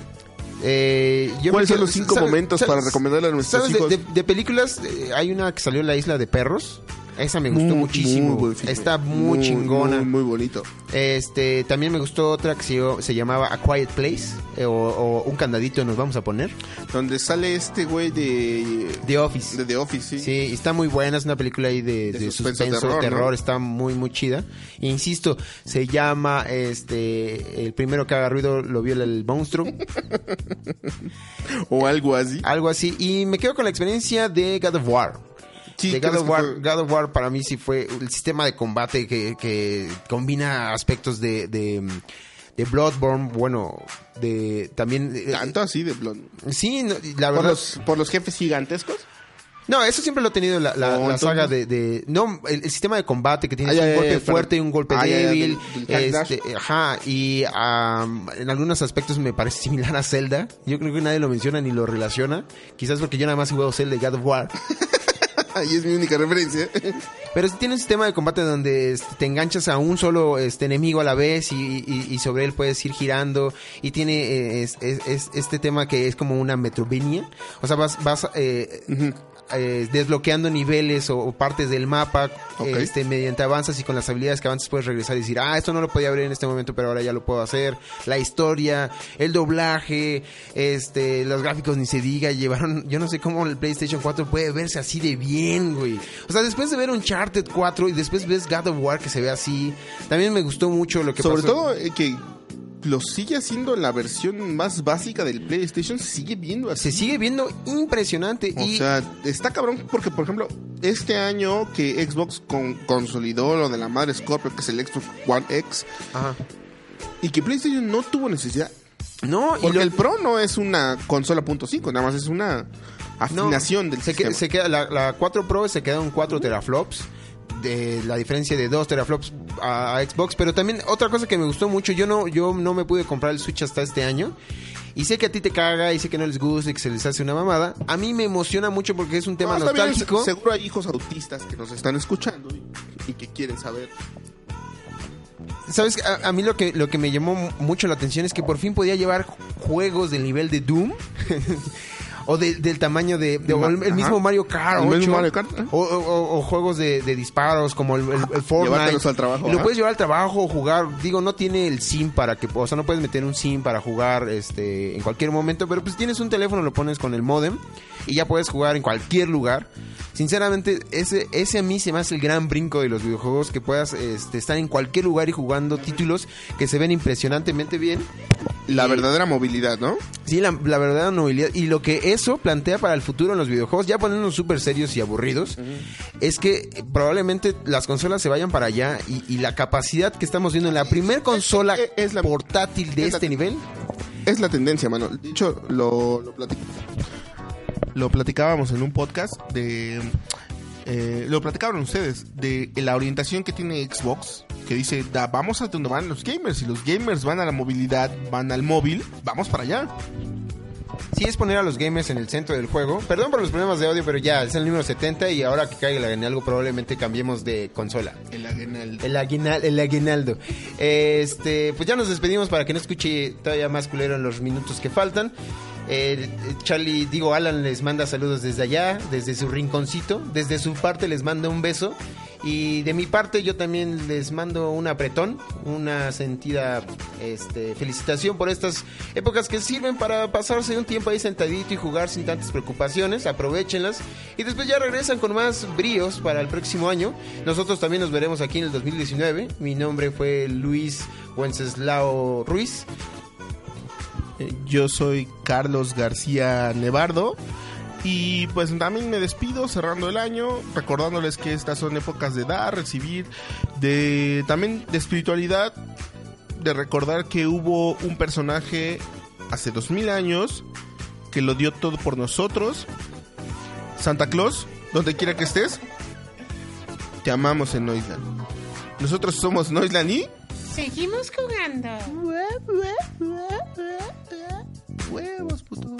G: Eh, yo
F: ¿Cuáles
G: me
F: son
G: quedo-
F: los cinco
G: ¿sabes-
F: momentos
G: sabes-
F: para recomendarle a nuestros
G: ¿sabes de-
F: hijos?
G: De, de películas, eh, hay una que salió en La Isla de Perros. Esa me gustó
F: Muy-
G: muchísimo.
F: muy buen filme.
G: Está muy,
F: Muy,
G: chingona.
F: muy, muy bonito.
G: Este, también me gustó otra que se, se llamaba A Quiet Place. eh, o, o Un Candadito nos vamos a poner.
F: Donde sale este güey de
G: The Office.
F: De The Office, sí.
G: Sí, está muy buena, es una película ahí de,
F: De
G: de
F: suspenso,
G: suspenso,
F: terror,
G: terror,
F: ¿no?
G: está muy muy chida. E insisto, se llama este el primero que haga ruido lo viola el
F: *laughs*
G: monstruo.
F: o algo así.
G: Algo así y me quedo con la experiencia de God of War.
F: Sí,
G: de
F: ¿crees
G: God of,
F: que
G: War,
F: fue?
G: God of War para mí sí fue el sistema de combate que, que combina aspectos de, de, de Bloodborne, bueno, de también... eh,
F: Tanto así de Bloodborne.
G: Sí, no, la
F: Por
G: verdad...
F: los, por los jefes gigantescos. *laughs*
G: No, eso siempre lo ha tenido la, la-
F: Oh,
G: la
F: entonces-
G: saga de, de- No, el, el sistema de combate que tiene
F: Ah,
G: un
F: ya, ya,
G: golpe
F: ya, perdón.
G: fuerte y un golpe
F: Ah, ya, ya,
G: débil.
F: del- del hack
G: este, ajá, y am, en algunos aspectos me parece *laughs* similar a Zelda. Yo creo que nadie lo menciona ni lo relaciona. Quizás porque yo nada más he jugado Zelda y God of War.
F: y es mi única referencia.
G: Pero sí tiene un sistema de combate donde este, te enganchas a un solo este, enemigo a la vez y, y- y sobre él puedes ir girando. Y tiene eh, es- es- es- este tema que es como una metrovenia. O sea, vas, vas eh, eh, desbloqueando niveles o, o partes del mapa
F: Ok.
G: este, mediante avanzas y con las habilidades que avanzas puedes regresar y decir, ah, esto no lo podía abrir en este momento, pero ahora ya lo puedo hacer. La historia, el doblaje, este, los gráficos ni se diga, llevaron, *laughs* yo no sé cómo el PlayStation 4 puede verse así de bien, güey. O sea, después de ver Uncharted 4 y después ves God of War que se ve así, también me gustó mucho lo
F: *laughs*
G: que
F: Sobre
G: pasó.
F: todo eh, que lo sigue haciendo la versión más básica del PlayStation, se sigue viendo así.
G: Se sigue viendo impresionante
F: O
G: y
F: sea, está cabrón porque, por ejemplo, este año que Xbox con- consolidó lo de la madre Scorpio, que es el Xbox One X,
G: Ajá.
F: y que PlayStation no tuvo necesidad.
G: No,
F: porque el Pro no es una consola punto .5, nada más es una
G: No,
F: afinación del
G: se que-
F: sistema.
G: se queda, la, la 4 Pro se queda en 4 teraflops. De la diferencia de 2 teraflops a, a Xbox. Pero también otra cosa que me gustó mucho. Yo no, yo no me pude comprar el Switch hasta este año. Y sé que a ti te caga y sé que no les gusta y que se les hace una mamada. A mí me emociona mucho porque es un tema
F: No, está bien,
G: nostálgico.
F: se- seguro hay hijos autistas que nos están escuchando y, y que quieren saber.
G: ¿Sabes? A, a mí lo que, lo que me llamó mu- mucho la atención es que por fin podía llevar juegos del nivel de Doom. *laughs* o de- del tamaño de... de- o el, el
F: Ajá.
G: mismo Mario Kart.
F: El mismo
G: 8,
F: Mario Kart, ¿eh?
G: O, o- o- o juegos de, de disparos como el, el- el Fortnite.
F: Llevártelos al trabajo,
G: Y Lo
F: ajá.
G: puedes llevar al trabajo, jugar. Digo, no tiene el SIM para que... O sea, no puedes meter un SIM para jugar este en cualquier momento. Pero pues tienes un teléfono, lo pones con el modem. Y ya puedes jugar en cualquier lugar. Sinceramente, ese, ese a mí se me hace el gran brinco de los videojuegos. Que puedas este, estar en cualquier lugar y jugando títulos que se ven impresionantemente bien.
F: La verdadera movilidad, ¿no?
G: Sí, la, la verdadera novedad y lo que eso plantea para el futuro en los videojuegos, ya poniéndonos súper serios y aburridos, es que eh, probablemente las consolas se vayan para allá y, y la capacidad que estamos viendo en la primer consola portátil de
F: es la-
G: este nivel.
F: Es la tendencia, mano. De hecho, lo, lo, platic- lo platicábamos en un podcast de... eh, lo platicaron ustedes de la orientación que tiene Xbox, que dice, "Da- vamos a donde van los gamers, y los gamers van a la movilidad, van al móvil, vamos para allá.
G: Sí, es poner a los gamers en el centro del juego. Perdón por los problemas de audio, pero ya es el número 70 y ahora que caiga en algo probablemente cambiemos de consola.
F: El aguinaldo.
G: El, aguinal- el aguinaldo. Este, pues ya nos despedimos para que no escuche todavía más culero en los minutos que faltan. Eh, Charlie, digo, Alan les manda saludos desde allá, desde su rinconcito. Desde su parte les manda un beso. Y de mi parte yo también les mando un apretón, una sentida este, felicitación por estas épocas que sirven para pasarse un tiempo ahí sentadito y jugar sin tantas preocupaciones. Aprovechenlas. Y después ya regresan con más bríos para el próximo año. Nosotros también nos veremos aquí en el 2019. Mi nombre fue Luis Wenceslao Ruiz.
F: Eh, Yo soy Carlos García Nevardo Y pues también me despido cerrando el año, recordándoles que estas son épocas de dar, recibir, de también de espiritualidad, de recordar que hubo un personaje hace 2000 años que lo dio todo por nosotros. Santa Claus, donde quiera que estés, te amamos en Noisland. Nosotros somos Noisland y
G: Seguimos jugando.
F: Huevos, putos.